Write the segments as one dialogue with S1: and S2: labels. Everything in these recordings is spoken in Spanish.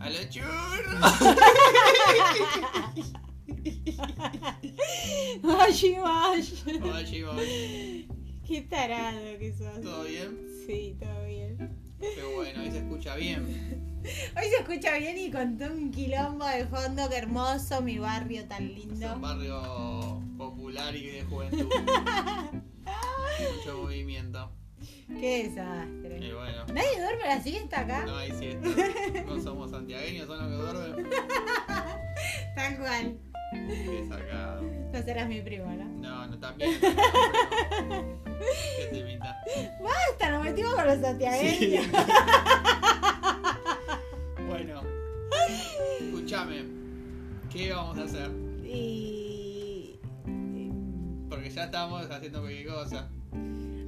S1: ¡Hola, churro!
S2: Oye, vaya.
S1: Hola, chicos.
S2: Qué tarado que sos.
S1: ¿Todo bien?
S2: Sí, todo bien.
S1: Qué bueno, hoy se escucha bien.
S2: Hoy se escucha bien y con todo un quilombo de fondo, qué hermoso, mi barrio tan
S1: Es un
S2: lindo.
S1: barrio popular y de juventud. Hay Mucho movimiento.
S2: Qué
S1: Y
S2: desastre.
S1: bueno,
S2: Nadie duerme la siesta acá.
S1: no hay siesta. No somos santiagueños, son los que duermen.
S2: Tal cual.
S1: Qué sacado.
S2: No serás mi primo, ¿no?
S1: No, no, también. ¿Qué te invita?
S2: Hasta nos metimos con los santiagueños.
S1: Sí. Bueno, escúchame. ¿Qué vamos a hacer?
S2: Y.
S1: Porque ya estamos haciendo cualquier cosa.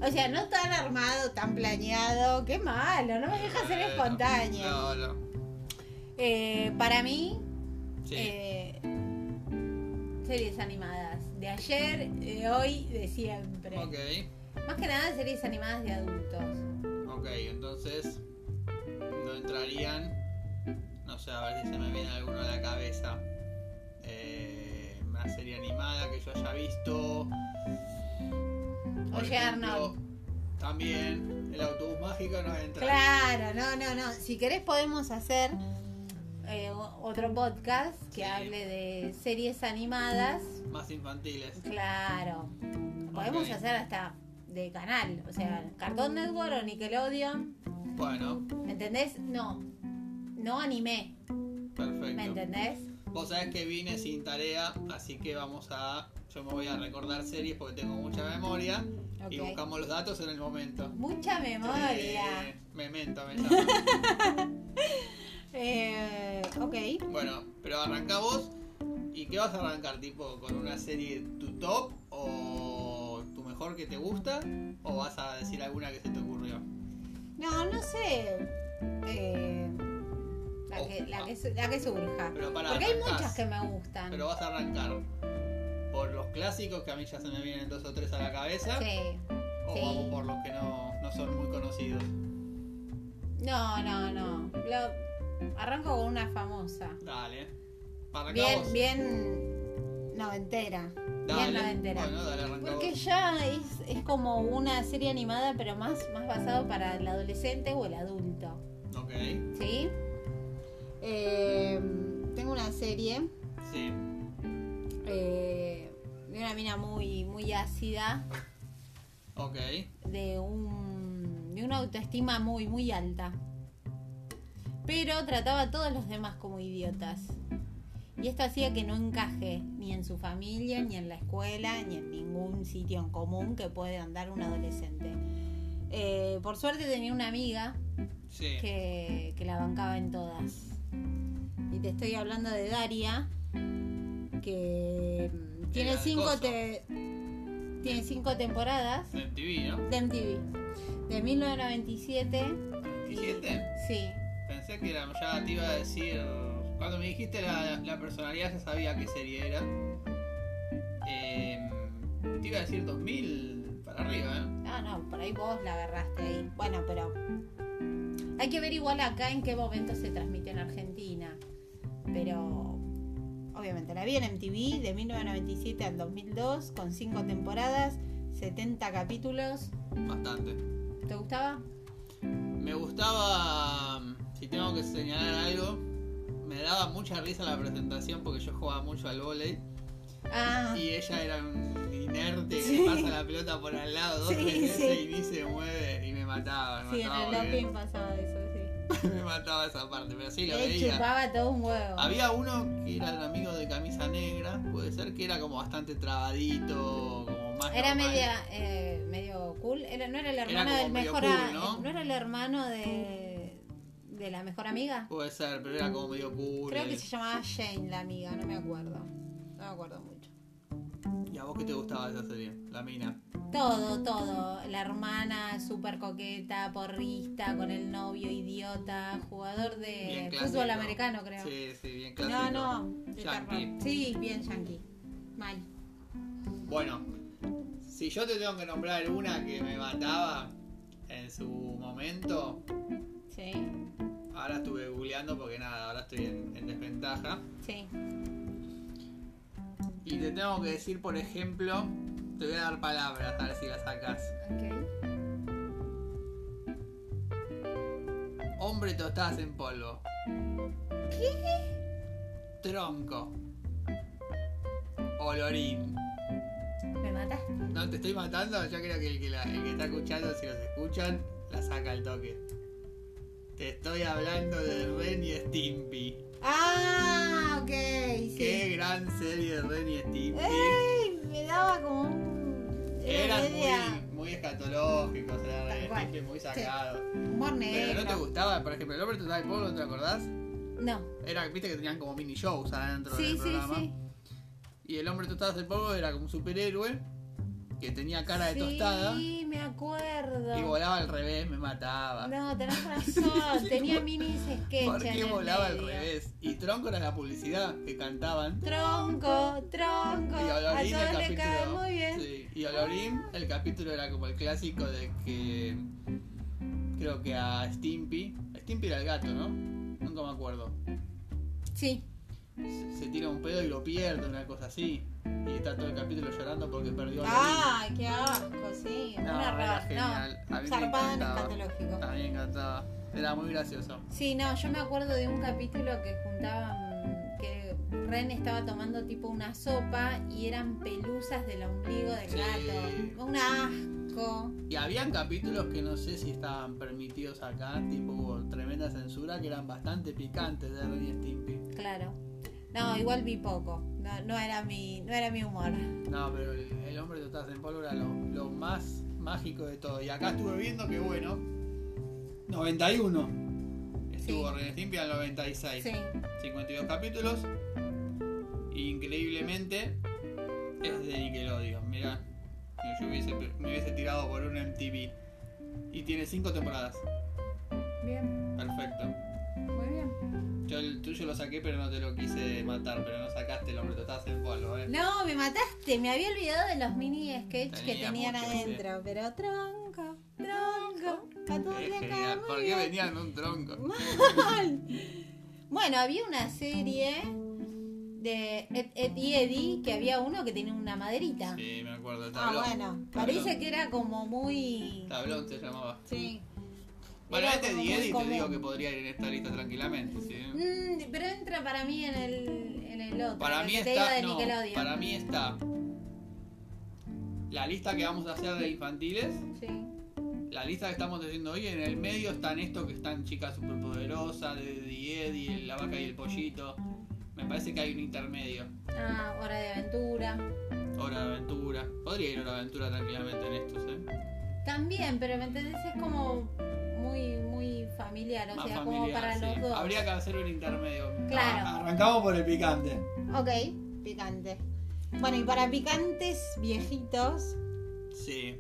S2: O sea, no tan armado, tan planeado. Qué malo, no me deja ser espontáneo.
S1: Eh, No, no.
S2: Eh, para mí,
S1: Sí.
S2: eh, series animadas. De ayer, de hoy, de siempre.
S1: Ok,
S2: Más que nada series animadas de adultos.
S1: ok, entonces no entrarían. No sé, a ver si se me viene alguno a la cabeza. Eh, una serie animada que yo haya visto. Por
S2: Oye,
S1: ejemplo,
S2: Arnold.
S1: También el autobús mágico no entra.
S2: Claro, no, no, no. Si querés podemos hacer eh, o- otro podcast
S1: Sí.
S2: que hable de series animadas.
S1: Más infantiles.
S2: Claro. Podemos
S1: Ok.
S2: hacer hasta de canal. O sea, Cartoon Network o Nickelodeon.
S1: Bueno,
S2: ¿Me entendés? No. No anime. ¿Me
S1: perfecto.
S2: entendés?
S1: Vos sabés que vine sin tarea, así que vamos a. Yo me voy a recordar series porque tengo mucha memoria y
S2: Ok.
S1: buscamos los datos en el momento.
S2: Mucha memoria.
S1: Eh, memento, me llama.
S2: Eh, ok.
S1: Bueno, pero arranca vos. ¿Y qué vas a arrancar? ¿Tipo con una serie tu top o tu mejor que te gusta? ¿O vas a decir alguna que se te ocurrió?
S2: No, no sé. Eh, la,
S1: Oh,
S2: que, la,
S1: ah.
S2: que, su- la que surja.
S1: Pero para
S2: Porque hay muchas que me gustan.
S1: Pero vas a arrancar por los clásicos que a mí ya se me vienen dos o tres a la cabeza.
S2: Sí.
S1: O
S2: sí.
S1: vamos por los que no, no son muy conocidos.
S2: No, no, no. Lo- Arranco con una famosa.
S1: Dale. Arranca
S2: Bien,
S1: vos.
S2: bien noventera.
S1: Dale.
S2: bien noventera.
S1: Bueno, dale, arranca
S2: Porque
S1: vos.
S2: ya es, es como una serie animada, pero más, más basado para el adolescente o el adulto.
S1: Ok.
S2: ¿Sí? Eh, tengo una serie
S1: Sí.
S2: eh, de una mina muy, muy ácida,
S1: Ok.
S2: de, un, de una autoestima muy, muy alta. Pero trataba a todos los demás como idiotas. Y esto hacía que no encaje ni en su familia, ni en la escuela, ni en ningún sitio en común que puede andar un adolescente. Eh, por suerte tenía una amiga
S1: Sí.
S2: que, que la bancaba en todas. Y te estoy hablando de Daria, que mm, tiene
S1: Era de
S2: cinco,
S1: Coso.
S2: te- tiene cinco temporadas
S1: De MTV, ¿no?
S2: de MTV. De 1997,
S1: 27.
S2: sí.
S1: Pensé que era, ya te iba a decir. Cuando me dijiste la, la personalidad, ya sabía qué serie era. Em, te iba a decir 2000 para arriba, ¿eh?
S2: Ah, no, por ahí vos la agarraste ahí. Bueno, pero hay que ver igual acá en qué momento se transmitió en Argentina. Pero obviamente la vi en MTV de 1997 al 2002 con cinco temporadas, 70 capítulos.
S1: Bastante.
S2: ¿Te gustaba?
S1: Me gustaba. Si tengo que señalar algo, me daba mucha risa la presentación porque yo jugaba mucho al volei.
S2: Ah,
S1: Y ella era un inerte que
S2: Sí.
S1: le pasa la pelota por al lado dos
S2: Sí,
S1: tres veces
S2: sí.
S1: y ni se mueve y me mataba, me
S2: sí, en el
S1: mataba, porque
S2: doping pasaba eso, sí.
S1: me mataba esa parte, pero sí lo
S2: Le
S1: veía.
S2: chupaba todo un huevo.
S1: Había uno que era el amigo de camisa negra, puede ser que era como bastante trabadito, como más
S2: Era
S1: normal.
S2: media, eh, medio cool. Era, no era el hermano
S1: como
S2: del
S1: medio
S2: mejor.
S1: cool,
S2: a-
S1: ¿no?
S2: era el hermano de, de la mejor amiga.
S1: Puede ser, pero era como medio cool.
S2: Creo que se llamaba Jane la amiga, no me acuerdo. No me acuerdo mucho.
S1: ¿Y a vos qué te gustaba de esa serie? La mina.
S2: Todo, todo. La hermana súper coqueta, porrista, con el novio idiota, jugador de
S1: Bien clásico.
S2: Eh, fútbol americano, creo.
S1: Sí, sí, bien
S2: no,
S1: clásico.
S2: no. de
S1: Yankee.
S2: terror. Sí, bien yankee. Mal.
S1: Bueno, si yo te tengo que nombrar una que me mataba en su momento,
S2: Sí.
S1: A ahora estuve googleando porque nada, ahora estoy en, en desventaja.
S2: Sí.
S1: Y te tengo que decir, por ejemplo, te voy a dar palabras, a ver si las sacas.
S2: Ok.
S1: Hombre tostadas en polvo. ¿Qué? Tronco. Olorín.
S2: Me mataste.
S1: No, te estoy matando. Yo creo que el que, la- el que está escuchando, si los escuchan, la saca al toque. Te estoy hablando de Ren y Stimpy.
S2: Ah, ok. Sí.
S1: Qué gran serie de Ren y Stimpy.
S2: ¡Ey! Me daba como un.
S1: Eran
S2: idea.
S1: muy, muy escatológicos, era Ren y
S2: cual.
S1: Stimpy muy sacados.
S2: Humor
S1: Pero
S2: negro.
S1: no te gustaba, por ejemplo, el hombre total de polvo, ¿no te acordás?
S2: No.
S1: Era, viste que tenían como mini shows adentro
S2: Sí,
S1: del
S2: sí,
S1: programa.
S2: sí.
S1: Y el hombre tostado de polvo era como un superhéroe que tenía cara de
S2: sí,
S1: tostada
S2: me acuerdo.
S1: y volaba al revés, me mataba.
S2: No, tenés razón. Tenía minis sketch.
S1: ¿Por
S2: en
S1: qué
S2: el
S1: volaba al
S2: medio.
S1: revés? Y Tronco era la publicidad que cantaban.
S2: Tronco, tronco.
S1: Y
S2: A
S1: Olorín el
S2: todos le cae
S1: capítulo.
S2: muy bien.
S1: sí, y Olorín, el capítulo era como el clásico de que creo que a Stimpy. Stimpy era el gato, ¿no? Nunca me acuerdo.
S2: Sí.
S1: Se, se tira un pedo y lo pierde, una cosa así. Y está todo el capítulo llorando porque perdió a Olorín.
S2: Ah, qué asco, sí.
S1: No,
S2: Una
S1: era
S2: rara. No.
S1: genial. A mí me
S2: Zarpada en
S1: encantaba.
S2: escatológico.
S1: A mí me encantaba. Era muy gracioso.
S2: Sí, no, yo me acuerdo de un capítulo que juntaban que Ren estaba tomando tipo una sopa y eran pelusas del ombligo del
S1: Sí.
S2: gato. Un asco.
S1: Y habían capítulos que no sé si estaban permitidos acá, tipo hubo tremenda censura, que eran bastante picantes de Ren y Stimpy.
S2: Claro. No, igual vi poco. No, no era mi, no era mi humor.
S1: No, pero el, el hombre que estás en polvo era lo, lo más mágico de todo. Y acá estuve viendo que bueno, 91. Estuvo
S2: Sí.
S1: Ren y Stimpy al 96.
S2: Sí.
S1: 52 capítulos. Increíblemente es de Nickelodeon. Mirá, yo hubiese, me hubiese tirado por un MTV. Y tiene 5 temporadas.
S2: Bien,
S1: Perfecto.
S2: muy bien.
S1: Yo el tuyo lo saqué, pero no te lo quise matar. Pero no sacaste el hombre, estás en polvo, eh.
S2: No, me mataste. Me había olvidado de los mini sketch que
S1: Tenía
S2: tenían
S1: muchos,
S2: adentro. Pero tronco, tronco. A todos
S1: Es
S2: le cae
S1: genial.
S2: muy
S1: ¿Por qué
S2: bien.
S1: venían un tronco?
S2: Mal. Bueno, había una serie de Ed, Ed y Eddie que había uno que tenía una maderita.
S1: Sí, me acuerdo.
S2: ah,
S1: Tablón.
S2: bueno.
S1: Tablón.
S2: Parece que era como muy.
S1: Tablón se llamaba.
S2: Sí.
S1: Bueno,
S2: Era
S1: este
S2: como muy
S1: Diedi te
S2: común.
S1: digo que podría ir en esta lista tranquilamente, sí.
S2: Mm, pero entra para mí en el, en el otro.
S1: Para
S2: el
S1: mí
S2: que te digo
S1: está.
S2: de
S1: No,
S2: Nickelodeon.
S1: para mí está. La lista que vamos a hacer de infantiles.
S2: Sí.
S1: La lista que estamos haciendo hoy. En el medio están estos que están chicas superpoderosas, de Diedi, la vaca y el pollito. Me parece que hay un intermedio.
S2: Ah, Hora de Aventura.
S1: Hora de aventura. Podría ir a hora de aventura tranquilamente en estos, eh.
S2: También, pero me entendés, es como muy, muy familiar. O
S1: Más
S2: sea, como
S1: familiar,
S2: para
S1: sí.
S2: los dos.
S1: Habría que hacer un intermedio.
S2: Claro.
S1: Ah, arrancamos por el picante.
S2: Ok, picante. Bueno, y para picantes viejitos,
S1: Sí.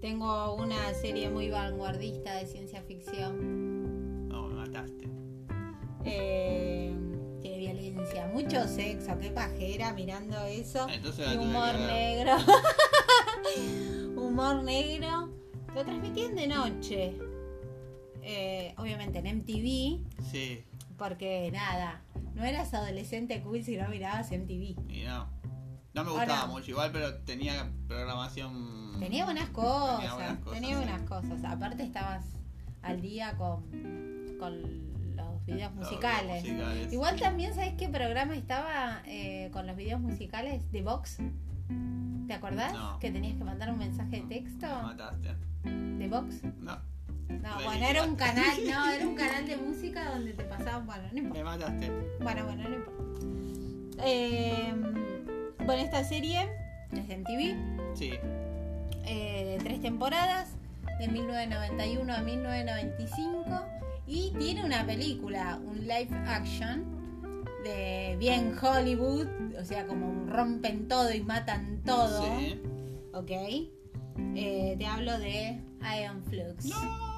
S2: Tengo una serie muy vanguardista de ciencia ficción.
S1: No, me mataste.
S2: Eh, tiene violencia, mucho sexo, qué pajera mirando eso.
S1: Entonces la
S2: Y
S1: tuve que
S2: humor
S1: cagar.
S2: negro. humor negro. Lo transmitían de noche. Eh, obviamente en MTV,
S1: Sí.
S2: porque nada, no eras adolescente cool si no mirabas MTV.
S1: Y no. No me gustaba
S2: Ahora-
S1: mucho, igual, pero tenía programación.
S2: Tenía buenas cosas,
S1: Tenía buenas
S2: tenía buenas
S1: cosas,
S2: cosas.
S1: sí.
S2: Aparte estabas al día con, con los videos musicales.
S1: musicales.
S2: Igual también, ¿sabes qué programa estaba eh, con los videos musicales de Vox? ¿Te acordás?
S1: No.
S2: Que tenías que mandar un mensaje de texto
S1: Me mataste.
S2: de Vox.
S1: No,
S2: No,
S1: Re
S2: bueno, era un canal, no, era un canal de música donde te pasaban, bueno, no importa.
S1: me mataste.
S2: Bueno, bueno, no importa. Eh, bueno, esta serie es de MTV.
S1: Sí.
S2: eh, de tres temporadas, de 1991 a 1995, y tiene una película, un live action, de bien Hollywood, o sea, como un rompen todo y matan todo,
S1: Sí.
S2: ¿ok? Eh, te hablo de Iron Flux.
S1: No.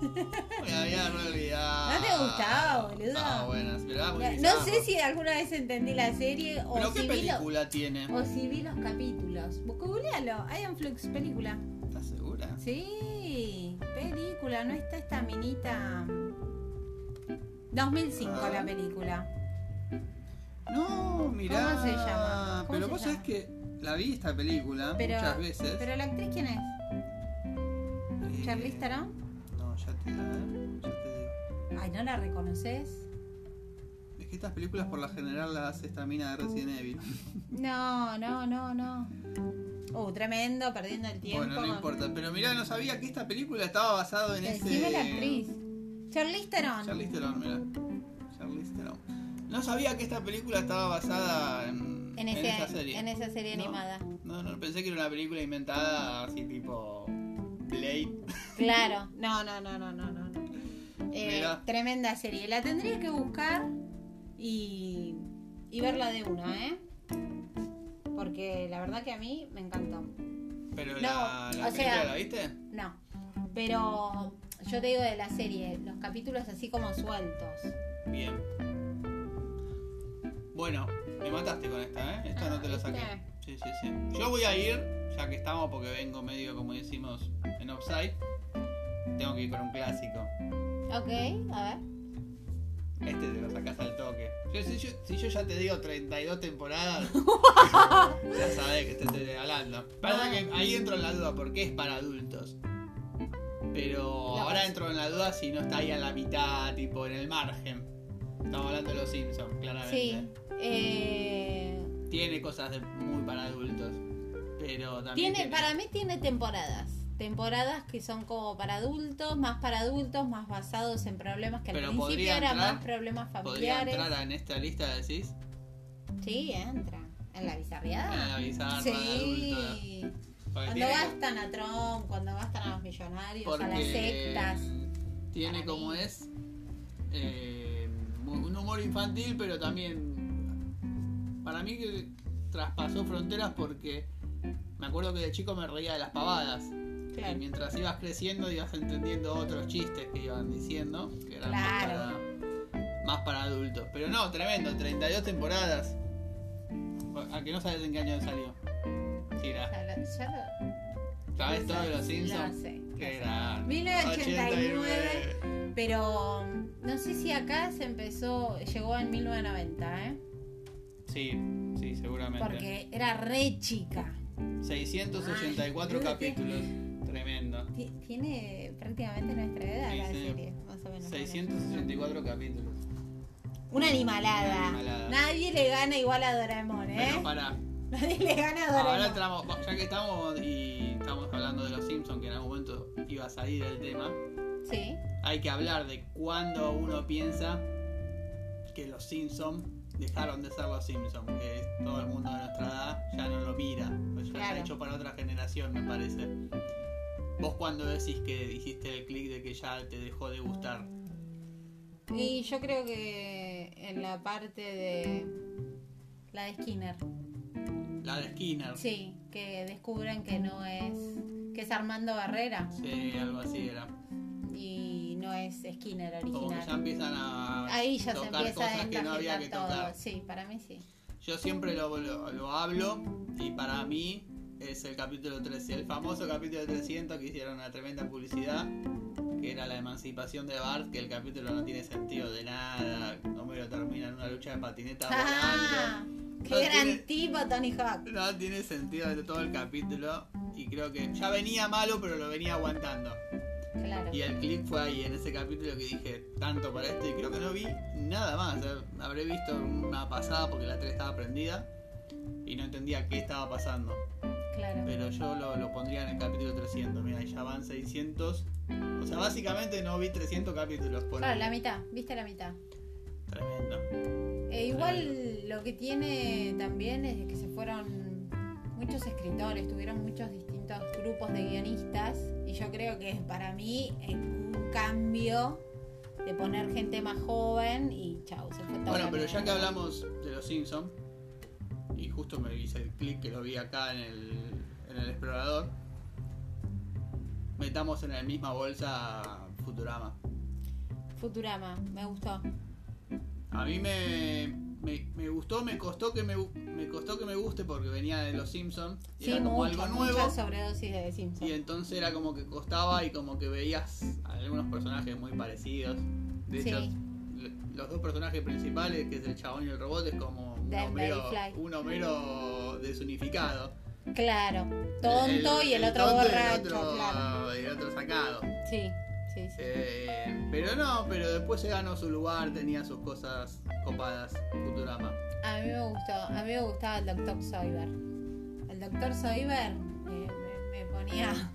S1: Me había re olvidado.
S2: ¿No te gustaba, boludo?
S1: Estaba buena, pero era muy
S2: No- no
S1: bizarro.
S2: sé si alguna vez entendí la serie o
S1: ¿Pero qué
S2: si, vi lo-
S1: película tiene?
S2: o si vi los capítulos. Googlealo, Iron Flux, película.
S1: ¿Estás segura?
S2: Sí, película, no está esta minita. 2005
S1: Ah.
S2: la película.
S1: No, mirá.
S2: ¿Cómo se llama? ¿Cómo
S1: pero
S2: se
S1: vos
S2: llama?
S1: sabés que la vi esta película
S2: Pero,
S1: muchas veces.
S2: ¿Pero la actriz quién es?
S1: Eh,
S2: ¿Charlize Theron?
S1: No, ya te, a ver, ya te digo.
S2: Ay, ¿no la reconoces?
S1: Es que estas películas por la general las hace esta mina de Resident Evil.
S2: No, no, no, no. Uh, tremendo, perdiendo el tiempo.
S1: Bueno, no importa. Pero mirá, no sabía que esta película estaba basada en ese.
S2: Decime la actriz. Charlize Theron.
S1: Charlize Theron, mirá. Charlize Theron. No sabía que esta película estaba basada en, en
S2: en, ese-
S1: esa serie.
S2: en esa serie
S1: No.
S2: animada.
S1: No, no, pensé que era una película inventada así tipo Blade.
S2: Claro. No, no, no, no, no, no. no. Eh,
S1: Mira.
S2: tremenda serie. La tendría que buscar y, y verla de una, ¿eh? Porque la verdad que a mí me encantó.
S1: Pero
S2: No,
S1: la, la
S2: o
S1: película,
S2: sea-
S1: ¿la viste?
S2: No. Pero yo te digo de la serie, los capítulos así como sueltos.
S1: Bien. Bueno, me mataste con esta, ¿eh? Esta no te la
S2: Ah,
S1: saqué.
S2: ¿viste?
S1: Sí, sí, sí. Yo voy a ir, ya que estamos, porque vengo medio, como decimos, en offside. Tengo que ir con un clásico.
S2: Ok, a ver.
S1: Este te lo sacás al toque. Yo- si, yo, si yo ya te digo 32 temporadas, ya sabés que te estoy regalando. Pasa
S2: Ah.
S1: que ahí entro en la duda porque es para adultos. Pero ahora
S2: vas-
S1: entro en la duda si no está ahí a la mitad, tipo en el margen. Estamos hablando de los Simpsons, claramente.
S2: Sí. Eh,
S1: Tiene cosas de- muy para adultos. Pero también.
S2: tiene, para mí tiene temporadas. Temporadas que son como para adultos, más para adultos, más basados en problemas que al
S1: Pero
S2: principio
S1: podría
S2: eran
S1: entrar-
S2: más problemas
S1: Podría
S2: familiares.
S1: entrar en esta lista, decís.
S2: Sí, entra. En la
S1: En
S2: bizarriada.
S1: la bizarra de adultos.
S2: Ah. sí.
S1: Porque
S2: Cuando
S1: tiene-
S2: gastan a Trump, cuando gastan a los millonarios, a las sectas.
S1: Tiene
S2: Para
S1: como
S2: mí.
S1: es eh, un humor infantil, pero también para mí que traspasó fronteras porque me acuerdo que de chico me reía de las pavadas. Y
S2: Claro.
S1: mientras ibas creciendo ibas entendiendo otros chistes que iban diciendo, que eran
S2: Claro.
S1: más, para, más para adultos. Pero no, tremendo, 32 temporadas. A que no sabes en qué año salió. Sí,
S2: O
S1: era.
S2: sea, la- ya lo-
S1: ¿Sabes todo de los
S2: lo
S1: Simpsons?
S2: sé, lo
S1: Que
S2: sé.
S1: era
S2: 1989. Pero mm, no sé si acá se empezó, llegó en 1990, ¿eh?
S1: Sí, sí, seguramente.
S2: Porque era re chica.
S1: 684
S2: Ay,
S1: capítulos. Tremendo.
S2: Ti- Tiene prácticamente nuestra edad
S1: Sí,
S2: la
S1: sí.
S2: serie, más o menos.
S1: 684 capítulos.
S2: Una
S1: Una
S2: animalada.
S1: animalada.
S2: Nadie le gana igual a Doraemon, ¿eh?
S1: Pero para,
S2: Nadie le gana a
S1: ahora
S2: Doraemon.
S1: entramos, bueno, ya que estamos y estamos hablando de los Simpsons, que en algún momento iba a salir el tema,
S2: Sí.
S1: hay que hablar de cuando uno piensa que los Simpsons dejaron de ser los Simpsons, que es todo el mundo de nuestra edad ya no lo mira, pues ya
S2: Claro.
S1: está hecho para otra generación, me parece. Vos cuando decís que dijiste el clic de que ya te dejó de gustar.
S2: Y yo creo que en la parte de la de Skinner.
S1: La de Skinner.
S2: Sí, que descubren que no es. que es Armando Barrera
S1: Sí, algo así era.
S2: y no es Skinner
S1: Como que ya
S2: original.
S1: empiezan a
S2: Ahí ya se
S1: tocar
S2: empieza a
S1: cosas que no había que
S2: descafetar todo.
S1: tocar.
S2: Sí, para mí sí.
S1: Yo siempre lo, lo- lo hablo y para mí es el capítulo 13, el famoso capítulo 300 que hicieron una tremenda publicidad, que era la emancipación de Bart, que el capítulo no tiene sentido de nada, no me lo termina en una lucha de patineta volando.
S2: ¡Ah!
S1: No
S2: ¡Qué gran
S1: tiene-
S2: tipo, Tony Hawk!
S1: No tiene sentido de todo el capítulo y creo que ya venía malo pero lo venía aguantando.
S2: Claro.
S1: Y el clip fue ahí en ese capítulo que dije tanto para esto y creo que no vi nada más. Eh, Habré visto una pasada porque la 3 estaba prendida y no entendía qué estaba pasando.
S2: Claro.
S1: Pero yo lo, lo pondría en el capítulo 300. Mira, ya van 600. O sea, básicamente no vi 300 capítulos. Por
S2: Claro, la mitad, viste la mitad.
S1: Tremendo.
S2: E igual lo que tiene también es que se fueron muchos escritores, tuvieron muchos distintos grupos de guionistas y yo creo que es para mí eh, un cambio de poner gente más joven y chau, se fue todo.
S1: Bueno, pero ya que hablamos de los Simpsons, y justo me hice el clic que lo vi acá en el, en el explorador, metamos en la misma bolsa Futurama.
S2: Futurama, me gustó.
S1: A mí me, me, me gustó, me costó que me, gu- me costó que me guste porque venía de los Simpsons. y
S2: sí,
S1: era como
S2: mucho,
S1: algo
S2: mucha
S1: nuevo.
S2: sobredosis de
S1: Y
S2: Simpsons.
S1: entonces era como que costaba y como que veías algunos personajes muy parecidos. De
S2: Sí.
S1: hecho, los dos personajes principales, que es el chabón y el robot, es como un
S2: Del
S1: homero,
S2: Medifly.
S1: un homero desunificado.
S2: Claro, tonto y el otro
S1: tonto
S2: borracho,
S1: Y el otro,
S2: claro.
S1: y el otro sacado.
S2: Sí, sí, sí.
S1: Eh, pero no, pero después se ganó su lugar, tenía sus cosas copadas, Futurama.
S2: A mí me gustó, a mí me gustaba el Dr. Soiber. El Dr. Soiber eh, me, me ponía.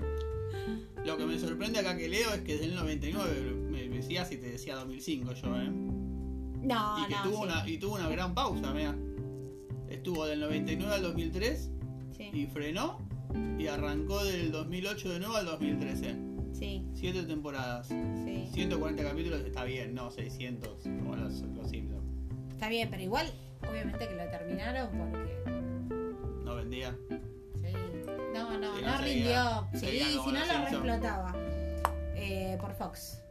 S1: Lo que me sorprende acá que leo es que es del 99, me decía si te decía 2005 yo, ¿eh?
S2: No,
S1: y, que
S2: Ah, no.
S1: tuvo
S2: sí,
S1: una, y tuvo una gran pausa, mira. Estuvo del 99 al 2003
S2: sí,
S1: y frenó y arrancó del 2008 de nuevo al 2013.
S2: sí,
S1: Siete temporadas,
S2: sí.
S1: 140 capítulos, está bien, no 600 como los, los Simpsons.
S2: Está bien, pero igual, obviamente que lo terminaron porque.
S1: No vendía.
S2: Sí. No, no,
S1: Sí,
S2: no,
S1: no seguía-
S2: rindió. Sí,
S1: seguía como
S2: si no
S1: los
S2: lo
S1: Simpson.
S2: reexplotaba. Eh, por Fox.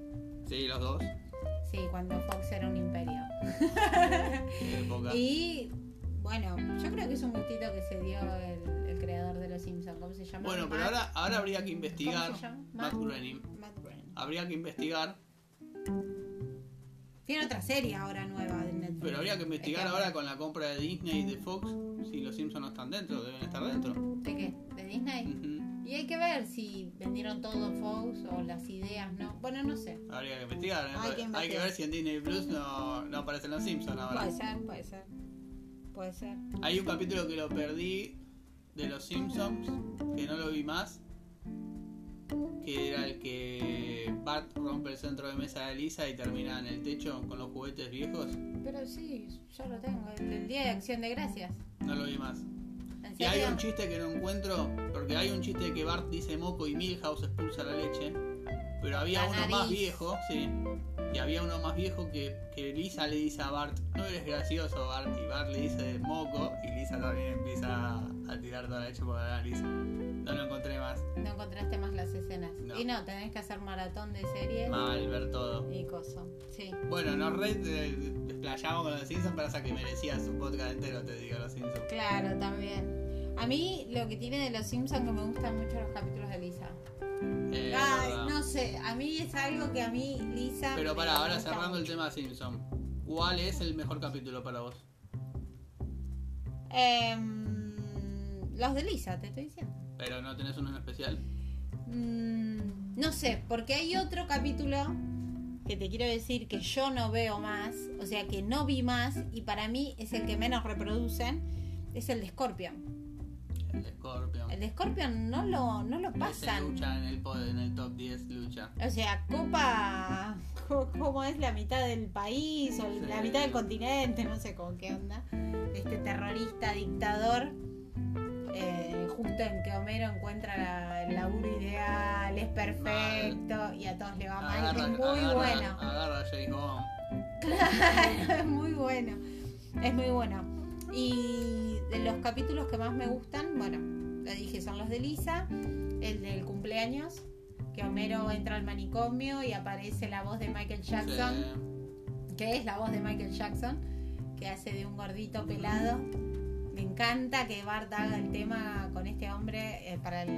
S1: Sí, los dos.
S2: Sí, cuando Fox era un imperio.
S1: Época.
S2: Y bueno, yo creo que es un gustito que se dio el, el creador de los Simpsons. ¿Cómo se llama?
S1: Bueno, pero
S2: Matt-
S1: ahora, ahora habría que investigar.
S2: ¿Cómo se llama?
S1: Matt
S2: Matt-
S1: Groening.
S2: Matt Groening.
S1: Habría que investigar.
S2: Tiene otra serie ahora nueva de Netflix. Este,
S1: Pero habría que investigar
S2: Está-
S1: ahora con la compra de Disney y de Fox si los Simpsons no están dentro, deben estar dentro.
S2: ¿De qué? ¿De Disney?
S1: Ujú.
S2: Y hay que ver si vendieron todo Fox o las ideas, ¿no? Bueno, no sé.
S1: Habría que investigar. ¿eh?
S2: Hay que investigar.
S1: ver si en Disney Plus no, no aparecen los Simpsons ahora.
S2: Puede ser, puede ser. Puede ser.
S1: Hay un capítulo que lo perdí de los Simpsons, que no lo vi más. Que era el que Bart rompe el centro de mesa de Lisa y termina en el techo con los juguetes viejos.
S2: Pero sí, yo lo tengo. El, el Día de Acción de Gracias.
S1: No lo vi más.
S2: ¿En
S1: Y hay
S2: serio?
S1: un chiste que no encuentro, porque hay un chiste que Bart dice moco y Milhouse expulsa la leche, pero había
S2: La
S1: uno
S2: nariz.
S1: más viejo, sí, y había uno más viejo que, que Lisa le dice a Bart, no eres gracioso Bart, y Bart le dice moco, y Lisa también empieza a, a tirar toda la leche por la nariz. No lo encontré más,
S2: No encontraste más las escenas.
S1: No. Ah.
S2: Y no, tenés que hacer maratón de series
S1: mal ver todo.
S2: y cosas. Sí.
S1: Bueno, nos re de- desplayamos con los Simpsons, pero hasta que merecía su podcast entero, te digo, los Simpsons.
S2: Claro, también. A mí lo que tiene de los Simpsons que me gustan mucho los capítulos de Lisa.
S1: Eh,
S2: Ay,
S1: verdad.
S2: no sé, a mí es algo que a mí Lisa.
S1: Pero
S2: me
S1: para, ahora
S2: gusta
S1: cerrando el
S2: mucho.
S1: tema Simpson. ¿Cuál es el mejor capítulo para vos?
S2: Em, los de Lisa, te estoy diciendo.
S1: Pero no tenés uno en especial.
S2: Mm, no sé, porque hay otro capítulo que te quiero decir que yo no veo más, o sea que no vi más, y para mí es el que menos reproducen, es el de Scorpion.
S1: El de Scorpion.
S2: El de Scorpion no lo, no lo
S1: Ese
S2: pasan.
S1: lucha en el, pod- en el top 10 lucha.
S2: O sea, copa co- como es la mitad del país o
S1: Sí.
S2: la mitad del continente, no sé con qué onda. Este terrorista, dictador, eh, justo en que Homero encuentra la- el laburo ideal, es perfecto y a todos le va mal. Ah, Es muy
S1: agarra,
S2: bueno,
S1: Agarra a Jake Bond.
S2: es muy bueno, es muy bueno. Y de los capítulos que más me gustan, bueno, lo dije, son los de Lisa, el del cumpleaños. Que Homero entra al manicomio y aparece la voz de Michael Jackson que es la voz de Michael Jackson, que hace de un gordito pelado. Me encanta que Bart haga el tema con este hombre eh, para el,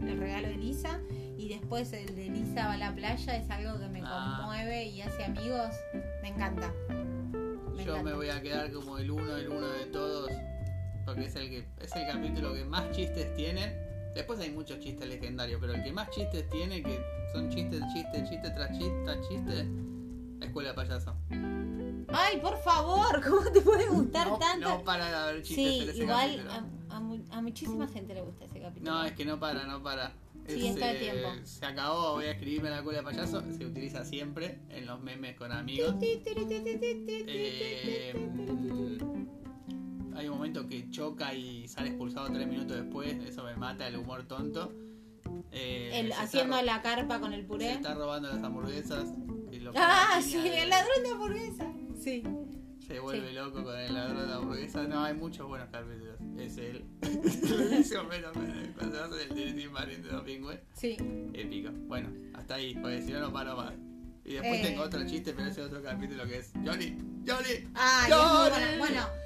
S2: el regalo de Lisa. Y después el de Lisa va a la playa, es algo que me
S1: Ah.
S2: conmueve y hace amigos. Me encanta.
S1: Sí.
S2: Me
S1: Yo me
S2: encanta.
S1: voy a quedar como el uno, el uno de todos. Porque es el que es el capítulo que más chistes tiene. Después hay muchos chistes legendarios, pero el que más chistes tiene, que son chistes, chistes, chistes tras chistes, tras chistes, Escuela de Payaso.
S2: Ay, por favor, ¿cómo te puede gustar
S1: No,
S2: tanto?
S1: no para de haber chistes en
S2: sí,
S1: ese
S2: igual ah,
S1: capítulo.
S2: a, a mu- a muchísima gente le gusta ese capítulo.
S1: No, es que no para, no para.
S2: Sí,
S1: Es,
S2: es todo el
S1: eh,
S2: tiempo.
S1: Se acabó, voy a escribirme la cola de payaso. Se utiliza siempre en los memes con amigos.
S2: Ti, ti, ti, ti, ti, ti, ti,
S1: Eh,
S2: ti, ti, ti, ti, ti.
S1: Hay un momento que choca y sale expulsado tres minutos después. Eso me mata el humor tonto. Eh, se
S2: El-
S1: está
S2: haciendo
S1: ro-
S2: la carpa con el
S1: Se
S2: puré.
S1: está robando las hamburguesas. y lo-
S2: Ah,
S1: la
S2: sí,
S1: piña de-
S2: el ladrón de hamburguesa. Sí.
S1: Se vuelve
S2: sí.
S1: loco con el ladrón de hamburguesas. No, hay muchos buenos capítulos. Es él. Lo dice Homero cuando hace el Dirty Mario de los pingües.
S2: Sí.
S1: Épico. Bueno, hasta ahí, porque si no, no paro más. Y después
S2: Eh.
S1: tengo otro chiste, pero ese es otro capítulo que es Johnny, Johnny.
S2: Ay, es muy
S1: ¡Llore!
S2: bueno.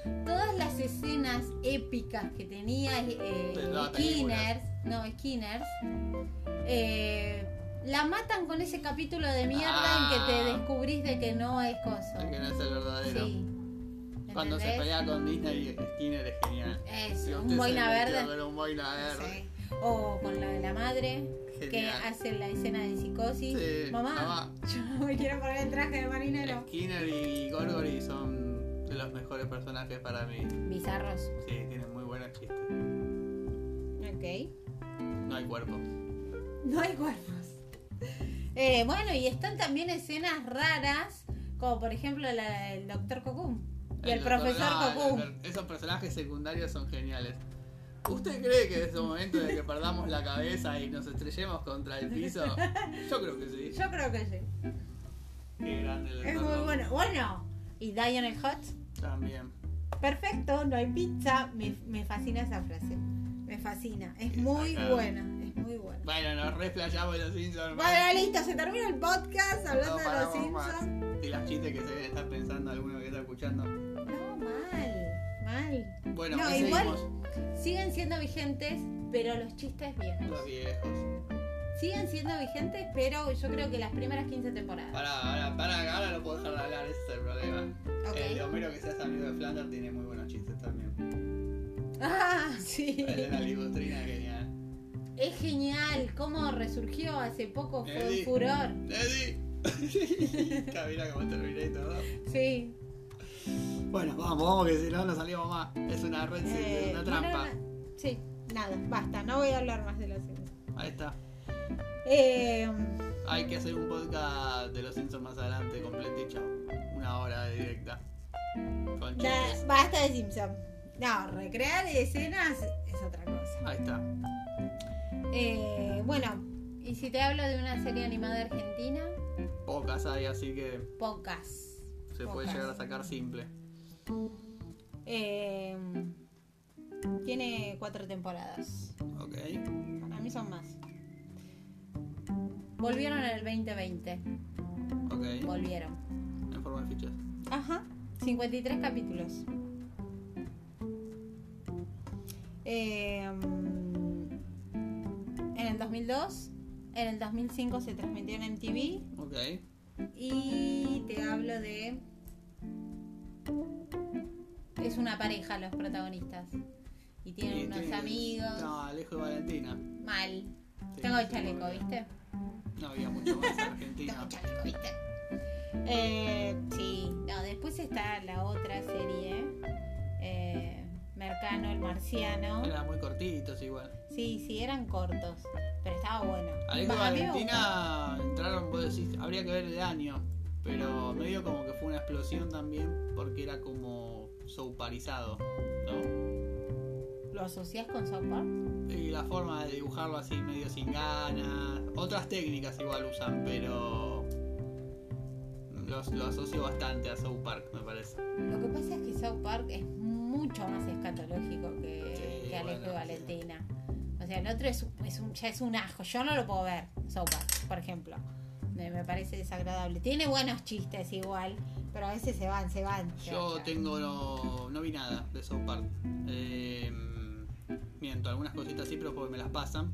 S2: Bueno, todas las escenas épicas que tenía eh,
S1: De la película.
S2: Skinners, no, Skinners, eh, La matan con ese capítulo de mierda en que te
S1: Ah.
S2: descubrís de que no es coso.
S1: El que no es el verdadero.
S2: Sí.
S1: Cuando se
S2: ¿Entendés?
S1: pelea con Disney, Skinner es genial. Si
S2: Eso,
S1: usted
S2: un
S1: se
S2: boina
S1: metió
S2: verde.
S1: con un boina verde.
S2: Sí. O con la de la madre que
S1: Genial.
S2: hace la escena de psicosis.
S1: Sí,
S2: Mamá,
S1: mamá.
S2: yo no me quiero poner el traje de marinero.
S1: Skinner y Gorgory son de los mejores personajes para mí.
S2: Bizarros.
S1: Sí, tienen muy buenos chistes.
S2: Ok.
S1: No hay cuerpo.
S2: No hay cuerpos. Eh, bueno, y están también escenas raras, como por ejemplo la del doctor Cocum. Y el,
S1: doctor-
S2: profesor
S1: no, el-
S2: Cocum.
S1: el- esos personajes secundarios son geniales. ¿Usted cree que es el momento de que perdamos la cabeza y nos estrellemos contra el piso? Yo creo que sí.
S2: Yo creo que sí.
S1: Qué grande el
S2: Es
S1: doctor
S2: muy
S1: Cocum.
S2: bueno. Bueno, y Diane el Hot.
S1: También.
S2: Perfecto, no hay pizza. Me, me fascina esa frase. Me fascina. Es
S1: Qué
S2: muy
S1: sacada.
S2: buena. Es muy buena.
S1: Bueno, nos resplayamos los Simpsons.
S2: Bueno, listo, se termina el podcast hablando
S1: No
S2: de los
S1: paramos
S2: Simpsons.
S1: más. Y las chistes que se deben estar pensando alguno que está escuchando.
S2: No, mal, mal.
S1: Bueno,
S2: No,
S1: ¿qué
S2: igual-
S1: seguimos?
S2: Siguen siendo vigentes, pero los chistes viejos.
S1: Los viejos.
S2: Siguen siendo vigentes, pero yo creo que las primeras 15 temporadas.
S1: Pará, pará, pará, ahora lo puedo dejar de hablar, ese es el problema. El de
S2: Ok.
S1: Homero que se ha salido de Flanders tiene muy buenos chistes también.
S2: Ah, sí.
S1: El de la ligustrina, genial.
S2: Es genial cómo resurgió hace poco, fue
S1: Eddie.
S2: un furor.
S1: ¡Eddie! Camina como Terminator todo.
S2: Sí.
S1: Bueno, vamos, vamos, que si no, no salimos más. Es una red,
S2: Eh,
S1: es una
S2: bueno,
S1: trampa.
S2: na- sí, nada, basta, no voy a hablar más de los Simpsons.
S1: Ahí está.
S2: Eh,
S1: Hay que hacer un podcast de los Simpsons más adelante, completo y chao. Una hora de directa. Con
S2: na-
S1: chistes.
S2: basta de Simpsons. No, recrear escenas es otra cosa.
S1: Ahí está.
S2: Eh, bueno, y si te hablo de una serie animada argentina,
S1: Pocas hay, así que
S2: pocas.
S1: se puede
S2: Pocas.
S1: llegar a sacar simple.
S2: Eh, tiene cuatro temporadas.
S1: Ok.
S2: Para mí son más. Volvieron en el 2020.
S1: Ok.
S2: Volvieron.
S1: En forma de fichas.
S2: Ajá. 53 capítulos. Eh, en el 2002, en el 2005 se transmitió en MTV
S1: Ok.
S2: y te hablo de... Es una pareja los protagonistas y tienen
S1: Y
S2: unos
S1: tiene-
S2: amigos.
S1: No, Alejo y Valentina.
S2: Mal.
S1: Sí,
S2: Tengo el
S1: sí,
S2: chaleco,
S1: porque
S2: ¿viste?
S1: No había mucho más en
S2: Tengo
S1: Argentina.
S2: chaleco, ¿viste? Eh, sí, no, después está la otra serie, eh, Mercano el Marciano.
S1: Eran muy cortitos igual.
S2: Sí, sí, eran cortos, pero estaba bueno.
S1: Alejo y
S2: Va, a mí me gustó.
S1: Valentina entraron, vos decís, habría que ver el año. Pero medio como que fue una explosión también, porque era como souparizado, ¿no?
S2: ¿Lo asocias con South Park?
S1: Y la forma de dibujarlo así, medio sin ganas. Otras técnicas igual usan, pero. Los, lo asocio bastante a South Park, me parece.
S2: Lo que pasa es que South Park es mucho más escatológico que,
S1: Sí,
S2: que Alejo
S1: bueno,
S2: y
S1: sí.
S2: Valentina. O sea, el otro es, un- es un, ya es un ajo. Yo no lo puedo ver, South Park, por ejemplo. Me, me parece desagradable. Tiene buenos chistes igual, pero a veces se van, se van. se van, se
S1: Yo
S2: van.
S1: tengo. No, no vi nada de South Park. Eh, miento, algunas cositas sí, pero porque me las pasan.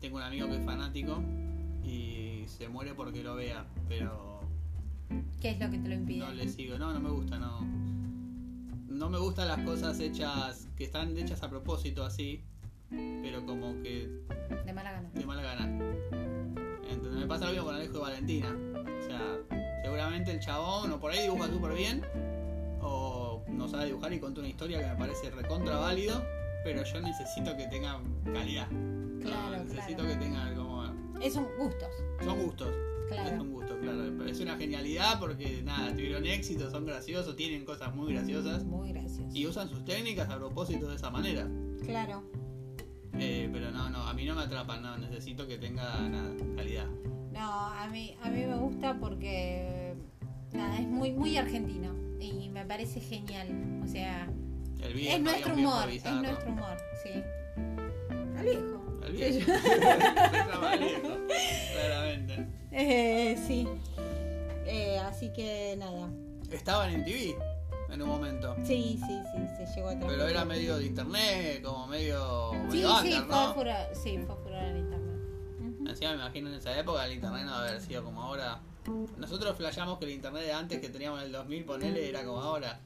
S1: Tengo un amigo que es fanático y se muere porque lo vea, pero
S2: ¿Qué es lo que te lo impide?
S1: no le sigo. No, no me gusta, no. No me gustan las cosas hechas que están hechas a propósito así, pero como que
S2: De mala gana.
S1: de mala gana. Entonces me pasa lo mismo con Alejo y Valentina. O sea, seguramente el chabón o por ahí dibuja súper bien, o no sabe dibujar y cuenta una historia que me parece recontra válido, pero yo necesito que tenga calidad. O sea,
S2: Claro,
S1: necesito
S2: claro.
S1: que tenga como.
S2: Es un gustos,
S1: Son gustos. Es
S2: claro.
S1: un gusto, claro. Pero es una genialidad porque nada, tuvieron éxito, son graciosos, tienen cosas muy graciosas
S2: Muy gracioso.
S1: y usan sus técnicas a propósito de esa manera.
S2: Claro.
S1: Eh, pero no, no, a mí no me atrapan, no, necesito que tenga nada, calidad.
S2: No, a mí, a mí me gusta porque nada, es muy, muy argentino y me parece genial. O sea,
S1: El viejo,
S2: es
S1: había
S2: nuestro
S1: un viejo
S2: humor, es
S1: bizarro.
S2: nuestro humor, sí. Alejo.
S1: El viejo. Se llama el viejo, claramente.
S2: Eh, sí. Eh, así que nada.
S1: Estaban en TV en un momento.
S2: Sí, sí, sí, se llegó a
S1: Pero era medio de internet, como medio.
S2: Sí,
S1: medio
S2: sí,
S1: under,
S2: fue
S1: ¿no?
S2: furor, sí, fue furor en internet. Ujú.
S1: ¿En encima me imagino en esa época el internet no debe haber sido como ahora. Nosotros flasheamos que el internet de antes que teníamos en el 2000, ponele, era como ahora.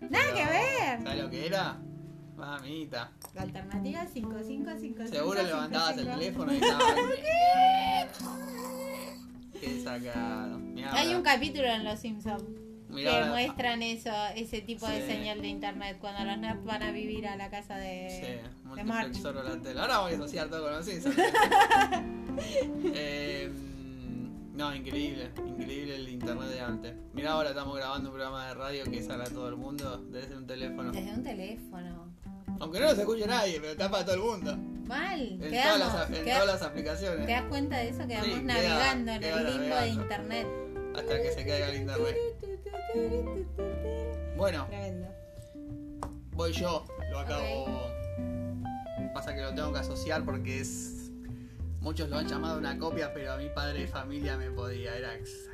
S2: Nada
S1: Pero,
S2: que ver.
S1: ¿Sabes lo que era? Mamita.
S2: La alternativa 5555.
S1: Seguro levantabas el teléfono y estabas. Qué sacado. Mirá,
S2: Hay
S1: ahora-
S2: un capítulo en Los Simpsons
S1: mirá
S2: que
S1: ahora-
S2: muestran eso, ese tipo de
S1: Sí.
S2: señal de internet cuando los nerds van a vivir a la casa de,
S1: Sí,
S2: Eh, de March.
S1: multiplexor o la tele. Ahora voy a asociar todo con los Simpsons. Eh, no, increíble. Increíble el internet de antes. Mira, ahora estamos grabando un programa de radio que sale a todo el mundo desde un teléfono.
S2: Desde un teléfono.
S1: Aunque no nos escuche nadie, pero está para todo el mundo. En,
S2: Mal.
S1: todas
S2: quedamos.
S1: las, en
S2: queda-
S1: todas las aplicaciones.
S2: ¿Te das cuenta de eso? Quedamos
S1: Sí, queda-
S2: navegando en
S1: queda
S2: el limbo de
S1: navegando.
S2: internet.
S1: Hasta que se caiga el internet. Bueno,
S2: Tremendo.
S1: voy yo. Lo acabo. Pasa que lo tengo que asociar porque es. Muchos lo han llamado una copia, pero a mi padre de familia me podía. Era exacto.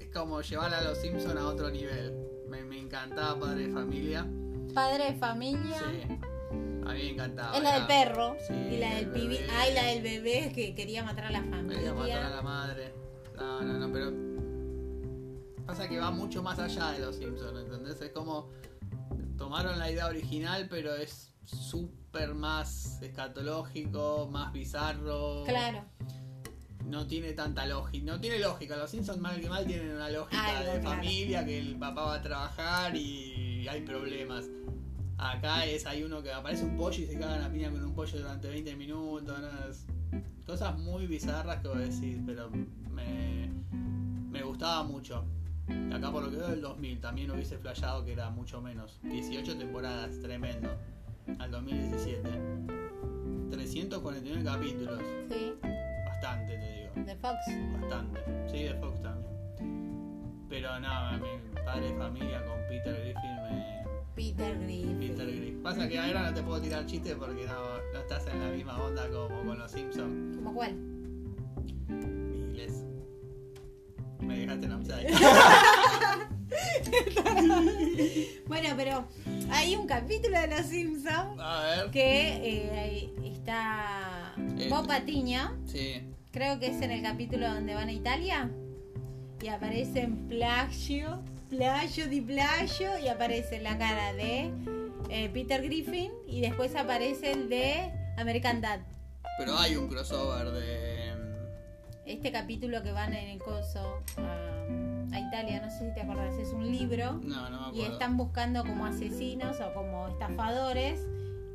S1: Es como llevar a los Simpsons a otro nivel. Me, me encantaba padre de familia.
S2: Padre de familia.
S1: Sí. A mí me encantaba.
S2: Es la del
S1: era-
S2: perro.
S1: Sí,
S2: y la del
S1: el
S2: pibi.
S1: bebé.
S2: Ay, la del bebé que quería matar a la
S1: Me iba
S2: familia.
S1: a matar a la madre. No, no, no, pero. Pasa que va mucho más allá de los Simpsons, ¿entendés? Es como. Tomaron la idea original, pero es súper más escatológico, más bizarro.
S2: Claro.
S1: No tiene tanta lógica. No tiene lógica. Los Simpsons, mal que mal, tienen una lógica
S2: Algo,
S1: de
S2: claro.
S1: familia, que el papá va a trabajar y hay problemas. Acá es, hay uno que aparece un pollo y se cagan a piña con un pollo durante 20 minutos. ¿no? Es- cosas muy bizarras que vos decís, pero me, me gustaba mucho. Y acá por lo que veo del 2000 también hubiese flashado que era mucho menos. 18 temporadas, tremendo. Al 2017. 349 capítulos.
S2: Sí.
S1: Bastante, te digo.
S2: De Fox.
S1: Bastante. Sí, de Fox también. Pero no, a mí, padre de familia con Peter Griffin me.
S2: Peter Griffin.
S1: Peter Griffin. Pasa que ahora no te puedo tirar chistes porque no, no estás en la misma onda como con los Simpsons.
S2: ¿Cómo cuál?
S1: Miles. Me dejaste en upside.
S2: Bueno, pero hay un capítulo de Los Simpsons
S1: A ver.
S2: que eh, está
S1: Eh,
S2: Bob Patiño.
S1: Sí.
S2: Creo que es en el capítulo donde van a Italia y aparecen Plagio, Plagio di Plagio y aparece la cara de eh, Peter Griffin y después aparece el de American Dad.
S1: Pero hay un crossover de.
S2: Este capítulo que van en el coso a, a Italia, no sé si te acordás, es un libro
S1: mm, No, no me
S2: y
S1: acuerdo.
S2: están buscando como asesinos o como estafadores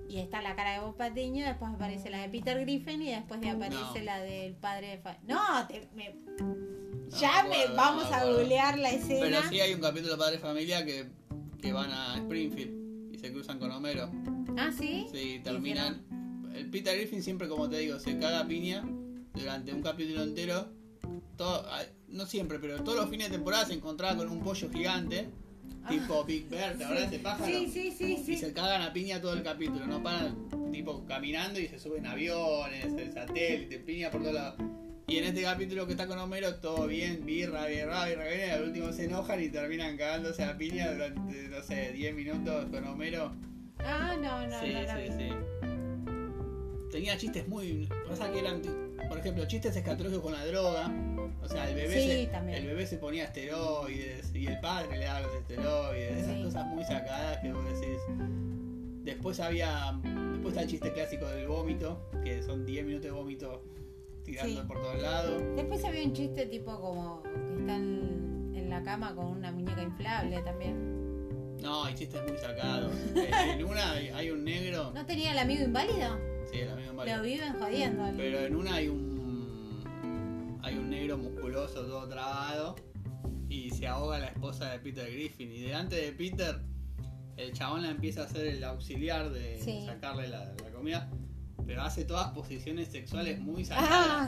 S2: y está la cara de Bob Patiño, después aparece la de Peter Griffin y después de aparece
S1: No.
S2: la del padre de... Fa- No, te- me-
S1: No
S2: ya
S1: me
S2: me
S1: acuerdo,
S2: vamos
S1: no me
S2: a
S1: acuerdo.
S2: googlear la escena.
S1: Pero sí hay un capítulo de padre de familia que, que van a Springfield y se cruzan con Homero.
S2: Ah, sí.
S1: Sí, terminan. El Peter Griffin siempre, como te digo, se caga a piña durante un capítulo entero. Todo- ah, no siempre, pero todos los fines de temporada se encontraba con un pollo gigante,
S2: Ah.
S1: tipo Big Bird, ahora ese pájaro.
S2: Sí, sí, sí,
S1: Y
S2: sí.
S1: se cagan a piña todo el capítulo, no paran, tipo caminando y se suben aviones, el satélite, piña por todos lados. Y en este capítulo que está con Homero, todo bien, birra, birra, birra, birra, y al último se enojan y terminan cagándose a piña durante, no sé, 10 minutos con Homero.
S2: Ah, no, no,
S1: Sí,
S2: no, no.
S1: sí, sí. Tenía chistes muy. Pasa que eran, por ejemplo, chistes escatológicos con la droga. O sea, el bebé,
S2: Sí,
S1: se,
S2: también.
S1: el bebé se ponía esteroides y el padre le daba los esteroides. Esas
S2: Sí.
S1: cosas muy sacadas que vos decís. Después había. Después está el chiste clásico del vómito, que son 10 minutos de vómito tirando
S2: Sí.
S1: por todos lados.
S2: Después había un chiste tipo como que están en la cama con una muñeca inflable también.
S1: No, hay chistes muy sacados. Eh, en una hay, hay un negro.
S2: ¿No tenía el amigo inválido?
S1: Sí, el amigo Mario.
S2: Lo viven jodiendo. al-
S1: Pero en una hay un. Hay un negro musculoso todo trabado. Y se ahoga la esposa de Peter Griffin. Y delante de Peter, el chabón la empieza a hacer el auxiliar de
S2: Sí.
S1: sacarle la, la comida. Pero hace todas posiciones sexuales muy
S2: Ah,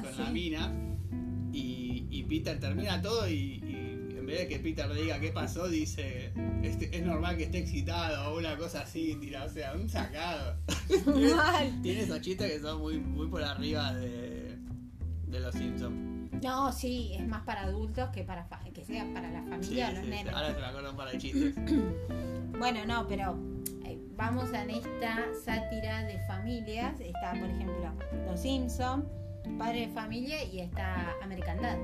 S1: sacadas con la
S2: sí.
S1: mina. Y, y Peter termina todo y, y en vez de que Peter le diga qué pasó, dice, "Este- es normal que esté excitado o una cosa así, tira, o sea, un sacado.
S2: Mal.
S1: Tiene esos chistes que son muy, muy por arriba de, de los Simpsons.
S2: No, sí, es más para adultos que para fa- que sea para la familia o los nenes.
S1: Ahora se me acuerdan para chistes.
S2: Bueno, no, pero eh, vamos a esta sátira de familias. Está, por ejemplo, Los Simpson, Padre de familia y está American Dad.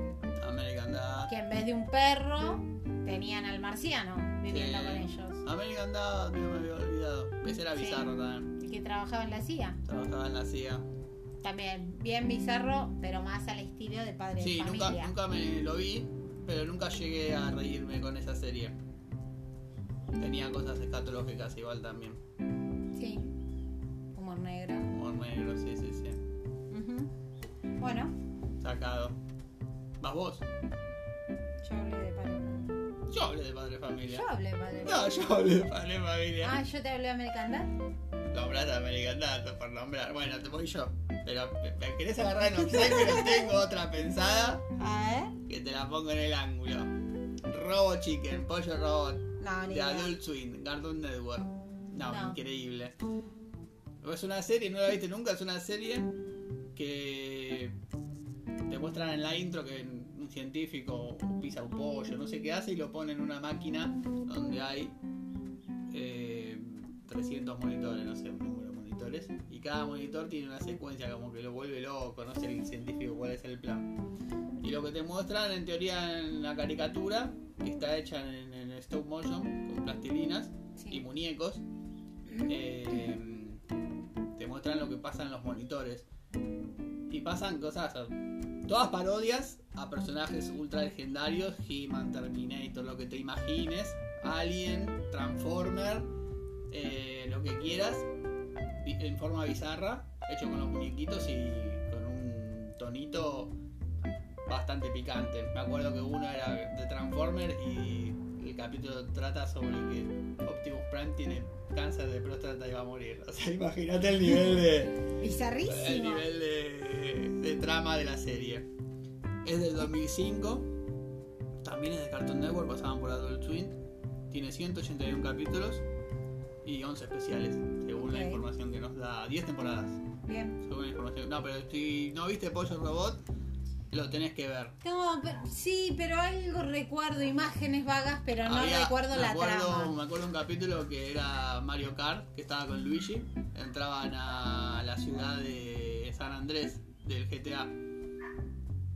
S1: American Dad.
S2: Que en vez de un perro, tenían al marciano viviendo
S1: Sí.
S2: con ellos.
S1: American Dad, no me había olvidado. Ese era
S2: Sí.
S1: bizarro también.
S2: El que trabajaba en la CIA.
S1: Trabajaba en la CIA.
S2: También, bien bizarro, pero más al estilo de padre
S1: Sí,
S2: de
S1: nunca,
S2: familia.
S1: nunca me lo vi, pero nunca llegué a reírme con esa serie. Tenía cosas escatológicas igual también.
S2: Sí. Humor negro.
S1: Humor negro, sí, sí, sí.
S2: Ujú. Bueno,
S1: Sacado. ¿Vas vos?
S2: yo hablé de padre.
S1: Yo hablé de padre de familia.
S2: Yo hablé de padre.
S1: No, yo hablé de padre de familia.
S2: Ah, yo te hablé de American Dad.
S1: Nombraste a American Dad por nombrar. Bueno, te voy yo. Pero me, me querés agarrar en un pero tengo otra pensada
S2: A ver.
S1: que te la pongo en el ángulo. Robo Chicken, Pollo Robot,
S2: No, ni
S1: de
S2: idea.
S1: Adult Swim, Cartoon Network. No,
S2: No.
S1: increíble. Es una serie, no la viste nunca, es una serie que te muestran en la intro que un científico pisa un pollo, no sé qué hace, y lo pone en una máquina donde hay eh, 300 monitores, no sé, un número de monitores, y cada monitor tiene una secuencia como que lo vuelve loco, no sé el científico cuál es el plan. Y lo que te muestran en teoría en la caricatura, que está hecha en, en stop motion, con plastilinas, y
S2: Sí.
S1: muñecos eh, te muestran lo que pasa en los monitores y pasan cosas todas parodias a personajes ultra legendarios He-Man, Terminator, lo que te imagines Alien, Transformer eh, lo que quieras bi- en forma bizarra hecho con los muñequitos y con un tonito bastante picante me acuerdo que uno era de Transformer y el capítulo trata sobre que Optimus Prime tiene cáncer de próstata y va a morir. O sea, imagínate el nivel de. El
S2: Bizarrísimo.
S1: nivel de, de trama de la serie. Es del 2005. También es de Cartoon Network, pasaban por Adult Swim. Tiene 181 capítulos y 11 especiales, según la
S2: Ok.
S1: información que nos da. 10 temporadas,
S2: Bien.
S1: según la información. No, pero si no viste Pollo Robot, lo tenés que ver.
S2: No, pero- sí, pero algo recuerdo, imágenes vagas, pero no
S1: Había-
S2: recuerdo
S1: me
S2: la
S1: acuerdo-
S2: trama.
S1: Me acuerdo un capítulo que era Mario Kart, que estaba con Luigi. Entraban a la ciudad de San Andrés del GTA.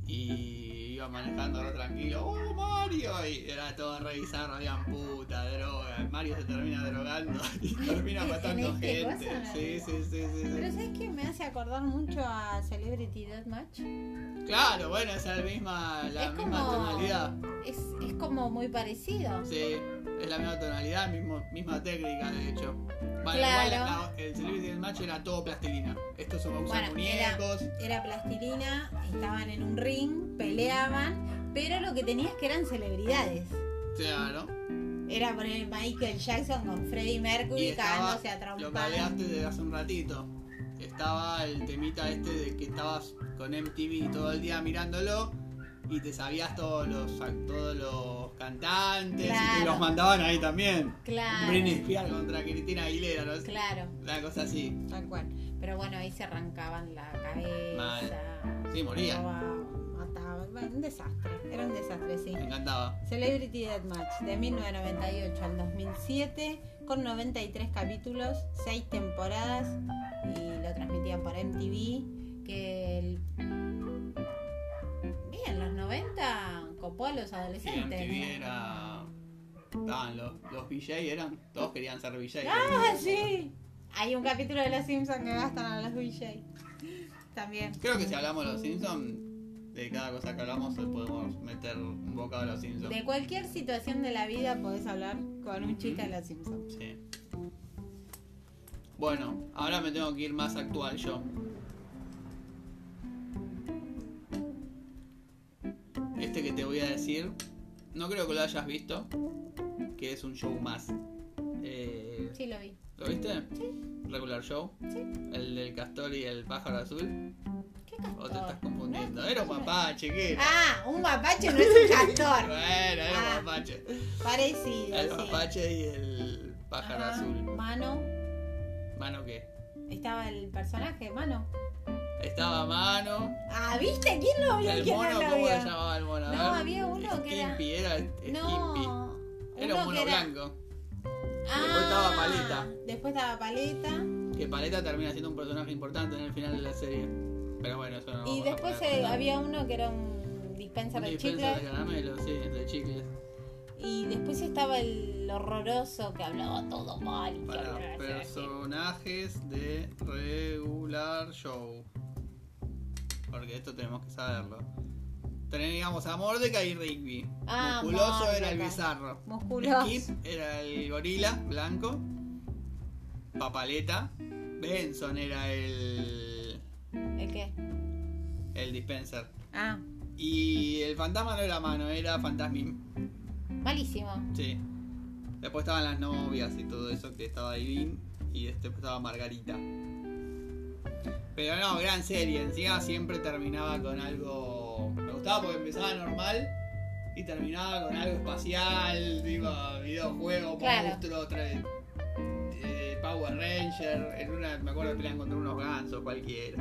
S1: Y iba manejando re tranquilo. ¡Oh, Mario! Y era todo re bizarro, habían puta, droga. Mario se termina drogando y termina
S2: ¿En
S1: matando
S2: este
S1: gente.
S2: cosa?
S1: Sí, sí, sí, sí, sí.
S2: Pero ¿sabes qué? Me hace acordar mucho a Celebrity Deathmatch.
S1: Claro, bueno, esa es la misma, la
S2: Es
S1: misma
S2: como-
S1: tonalidad.
S2: Es, es como muy parecido.
S1: Sí, es la misma tonalidad, mismo, misma técnica, de hecho. Vale,
S2: Claro.
S1: igual la- el celebrity del match era todo plastilina. Estos son usan
S2: Bueno, era-
S1: muñecos.
S2: Era plastilina, estaban en un ring, peleaban, pero lo que tenías que eran celebridades.
S1: Claro.
S2: Era poner Michael Jackson con Freddie Mercury
S1: Y estaba
S2: cagándose a
S1: lo que
S2: trompadas.
S1: hablaste de hace un ratito. Estaba el temita este de que estabas con MTV todo el día mirándolo y te sabías todos los todos los cantantes y te
S2: Claro.
S1: los mandaban ahí también. Britney
S2: Claro,
S1: Spears contra Cristina Aguilera, ¿no?
S2: claro,
S1: Una cosa así.
S2: tal cual. Pero bueno, ahí se arrancaban la
S1: Mal.
S2: cabeza.
S1: Sí, moría.
S2: robaban, mataban. Bueno, Un desastre, era un desastre, sí.
S1: Me encantaba.
S2: Celebrity Deathmatch de 1998 al 2007 con 93 capítulos, 6 temporadas y lo transmitían por MTV que el... bien los 90 copó a los
S1: Sí, MTV
S2: adolescentes.
S1: era. Estaban Ah, los, los VJ eran. Todos querían ser VJ.
S2: Ah, sí. Hay un capítulo de Los Simpsons que gastan a los VJ. También.
S1: Creo que si hablamos de los Simpsons, de cada cosa que hablamos podemos meter un bocado de los Simpsons.
S2: De cualquier situación de la vida podés hablar con un chica de Los Simpsons.
S1: Sí. Bueno, ahora me tengo que ir más actual yo. Este que te voy a decir, no creo que lo hayas visto, que es un show más. Eh,
S2: Sí, lo vi.
S1: ¿Lo viste? Regular Show.
S2: Sí.
S1: El del castor y el pájaro azul.
S2: ¿Qué
S1: O te estás
S2: castor?
S1: confundiendo.
S2: No,
S1: Era un
S2: no, no.
S1: mapache, ¿qué? era?
S2: Oh. Ah, un mapache no es un
S1: Bueno,
S2: castor.
S1: era
S2: Ah.
S1: un mapache.
S2: Parecido.
S1: El
S2: sí. Ah.
S1: mapache y el pájaro
S2: Ajá,
S1: azul.
S2: Mano.
S1: Mano qué.
S2: Estaba el personaje, Mano.
S1: Estaba Mano.
S2: Ah, ¿viste? ¿Quién lo vio? y
S1: El
S2: ¿Quién
S1: mono,
S2: no lo
S1: ¿cómo se
S2: vio?
S1: llamaba el mono? A
S2: No,
S1: ver.
S2: había uno que era-
S1: Skimpy, era Skimpy.
S2: No.
S1: Era un
S2: uno
S1: mono
S2: que era-
S1: blanco.
S2: Ah,
S1: estaba Paleta.
S2: Después estaba Paleta.
S1: Que Paleta termina siendo un personaje importante en el final de la serie. Pero bueno, eso no.
S2: Y
S1: no
S2: después
S1: puedo
S2: eh,
S1: contar.
S2: había uno que era un dispenser
S1: Una
S2: de
S1: dispensa de
S2: chicles.
S1: caramelo, sí, de chicles.
S2: Y después estaba el horroroso que hablaba todo mal. y que hablaba
S1: Para
S2: así, así.
S1: personajes de regular show. Porque esto tenemos que saberlo. Teníamos a Mordecai y Rigby.
S2: Ah,
S1: Musculoso era el
S2: Mordecai.
S1: bizarro.
S2: Musculoso.
S1: Skip era el gorila blanco. Papaleta. Benson era el.
S2: ¿El qué?
S1: el dispenser.
S2: Ah,
S1: Y el fantasma no era mano, era fantasmín.
S2: malísimo.
S1: Sí. Después estaban las novias y todo eso, que estaba Divin. Y después estaba Margarita. Pero no, gran serie. Encima siempre terminaba con algo. Me gustaba porque empezaba normal. Y terminaba con algo espacial, digo, videojuego,
S2: Claro.
S1: monstruo, tra- eh, Power Ranger. En una, me acuerdo que pelean contra unos gansos cualquiera.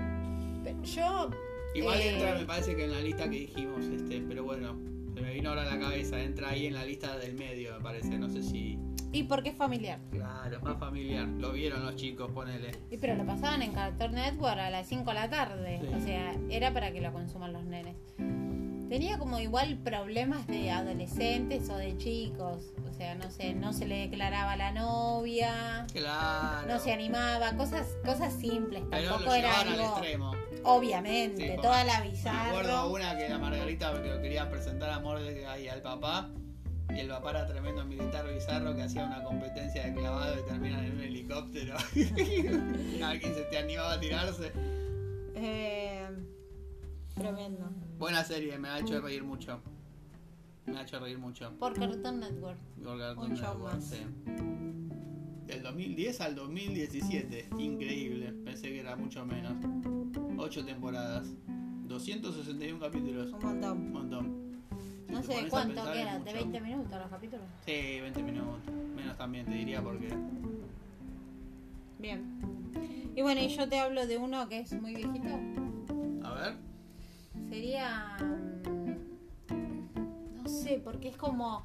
S2: Pero yo.
S1: Igual
S2: Eh.
S1: entra, me parece que en la lista que dijimos, este, pero bueno, se me vino ahora a la cabeza, entra ahí en la lista del medio, me parece, no sé si.
S2: ¿Y por qué familiar?
S1: Claro, más familiar, lo vieron los chicos, ponele.
S2: Y pero lo pasaban en Cartoon Network a las 5 de la tarde.
S1: Sí.
S2: O sea, era para que lo consuman los nenes. Tenía como igual problemas de adolescentes o de chicos. O sea, no sé, no se le declaraba la novia,
S1: Claro.
S2: no se animaba, cosas, cosas simples.
S1: pero
S2: Tampoco
S1: lo
S2: era
S1: llevaban al
S2: algo.
S1: extremo. Sí,
S2: Obviamente,
S1: porque
S2: toda la
S1: Me acuerdo
S2: bizarro.
S1: una que la Margarita que lo quería presentar a Mordecai y al papá. Y el papá era tremendo militar bizarro que hacía una competencia de clavado y terminan en un helicóptero. Alguien se te animaba a tirarse.
S2: Eh, tremendo.
S1: Buena serie, me ha hecho reír mucho. Me ha hecho reír mucho.
S2: Por Cartoon Network.
S1: Gorgar
S2: Un show más.
S1: Del 2010 al 2017, increíble. Pensé que era mucho menos. 8 temporadas, 261 capítulos,
S2: Un montón.
S1: un montón. Si
S2: No
S1: te
S2: sé
S1: pones a
S2: cuánto
S1: pensar,
S2: que
S1: es
S2: era, de
S1: mucho.
S2: 20 minutos los capítulos.
S1: Sí, 20 minutos. Menos también te diría porque.
S2: Bien. Y bueno, y yo te hablo de uno que es muy viejito.
S1: A ver,
S2: Sería. mm, No sé, porque es como.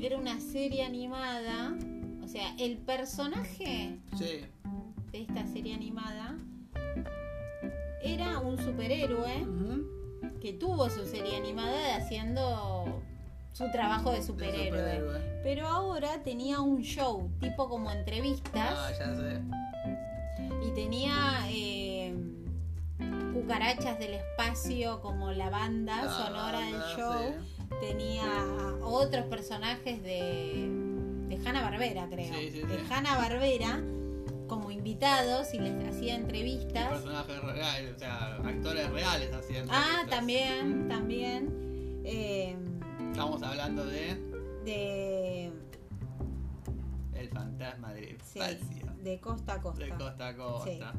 S2: Era una serie animada. O sea, el personaje
S1: sí,
S2: de esta serie animada era un superhéroe que tuvo su serie animada haciendo su trabajo de
S1: de
S2: superhéroe.
S1: superhéroe.
S2: Pero ahora tenía un show, tipo como entrevistas.
S1: Ah, ya sé.
S2: Y tenía eh, cucarachas del espacio como la banda
S1: La
S2: sonora del
S1: banda,
S2: show.
S1: sí.
S2: Tenía otros personajes de, de Hanna-Barbera, creo.
S1: Sí, sí,
S2: De
S1: sí.
S2: Hanna-Barbera como invitados y les hacía
S1: Y
S2: entrevistas.
S1: Personajes reales, o sea, actores reales haciendo.
S2: Ah,
S1: estas.
S2: también, también. eh,
S1: Estamos hablando de.
S2: de,
S1: El fantasma del
S2: sí,
S1: espacio.
S2: de costa a costa.
S1: De costa a costa.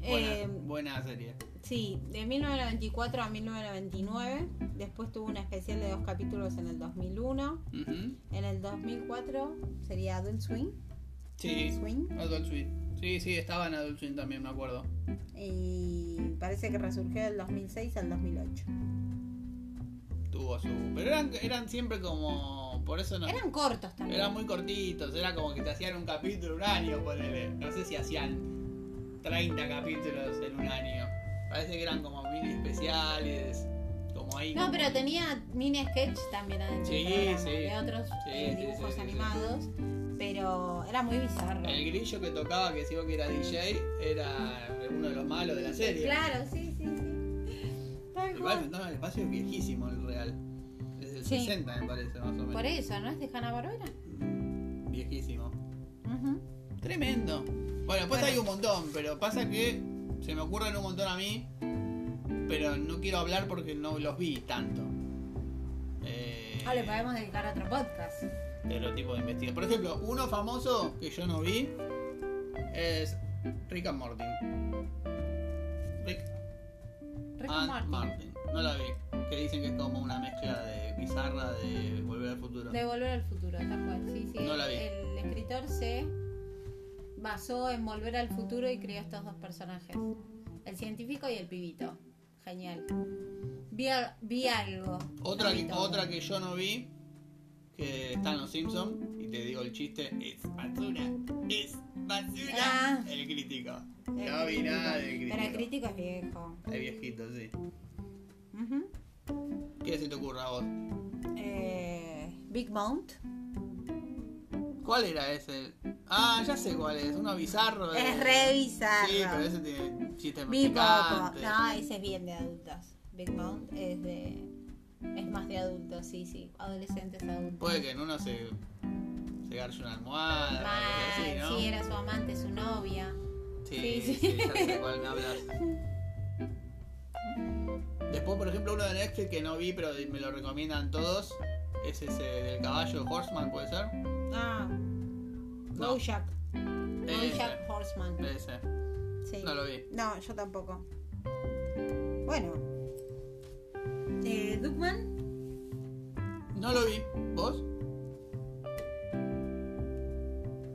S1: Buena,
S2: Eh,
S1: buena serie.
S2: Sí, de 1994 a 1999. Después tuvo un especial de dos capítulos en el 2001.
S1: Ujú.
S2: En el 2004 sería Adult Swing.
S1: Sí,
S2: Swing.
S1: Adult Swim. Sí, sí, estaba en Adult Swim también, me acuerdo.
S2: Y parece que resurgió del 2006 al 2008.
S1: Tuvo su. Pero eran, eran siempre como. Por eso no.
S2: Eran cortos también.
S1: Eran muy cortitos, era como que te hacían un capítulo un año, ponele. No sé si hacían 30 capítulos en un año. Parece que eran como mini especiales. Como ahí.
S2: No,
S1: como-
S2: pero tenía mini sketch también adentro
S1: Sí,
S2: del programa,
S1: sí.
S2: de otros
S1: Sí,
S2: eh,
S1: sí, sí, sí,
S2: dibujos
S1: sí.
S2: animados. Pero era muy bizarro.
S1: El grillo que tocaba, que decía que era DJ, era uno de los malos de la serie.
S2: Claro, sí, sí, sí. Tal
S1: Igual
S2: cual.
S1: Fantasma del Espacio es viejísimo el real. Desde el
S2: Sí.
S1: 60 me parece más o menos.
S2: Por eso, ¿no es de Hanna Barbera?
S1: Viejísimo. Tremendo. Bueno, pues
S2: Bueno.
S1: hay un montón, pero pasa que se me ocurren un montón a mí, pero no quiero hablar porque no los vi tanto. Eh,
S2: Ah, le podemos dedicar otro podcast.
S1: de los tipos de investigación. Por ejemplo, uno famoso que yo no vi es Rick and Morty. Rick
S2: Rick
S1: and
S2: and Morty.
S1: Martin. No la vi. Que dicen que es como una mezcla de bizarra de Volver al Futuro.
S2: De Volver al Futuro, tal cual. Sí, sí.
S1: No la vi.
S2: El escritor se basó en Volver al Futuro y creó estos dos personajes. El científico y el pibito. Genial. Vi, a- vi algo.
S1: Otra,
S2: No vi
S1: que,
S2: todo.
S1: otra que yo no vi que están los Simpsons y te digo el chiste, es basura, es basura.
S2: Ah.
S1: El crítico.
S2: El
S1: no vi
S2: crítico.
S1: nada del
S2: Pero el
S1: crítico.
S2: crítico es viejo.
S1: El viejito, sí.
S2: Ujú.
S1: ¿Qué se te ocurre a vos?
S2: Eh, Big Mount.
S1: ¿Cuál era ese? Ah, ya sé cuál es, uno bizarro. de-
S2: Es re bizarro.
S1: Eh, Sí, pero ese tiene chistes más
S2: Big Mount.
S1: picantes.
S2: No, ese es bien de adultos. Big Mount es de. Es más de adultos, sí, sí. Adolescentes, adultos.
S1: Puede que en uno se, se garche una almohada.
S2: Mal,
S1: algo así, ¿no?
S2: sí, era su amante, su novia.
S1: Sí,
S2: Sí,
S1: sí,
S2: sí.
S1: ya sé cuál me hablas. Después, por ejemplo, uno de Netflix que no vi, pero me lo recomiendan todos, es ese del caballo Horseman, ¿puede ser?
S2: Ah,
S1: No,
S2: Bojack.
S1: ese,
S2: Bojack Horseman.
S1: ese.
S2: Sí.
S1: eh, No lo vi.
S2: No, yo tampoco. Bueno. Eh, Duckman.
S1: No lo vi. ¿Vos?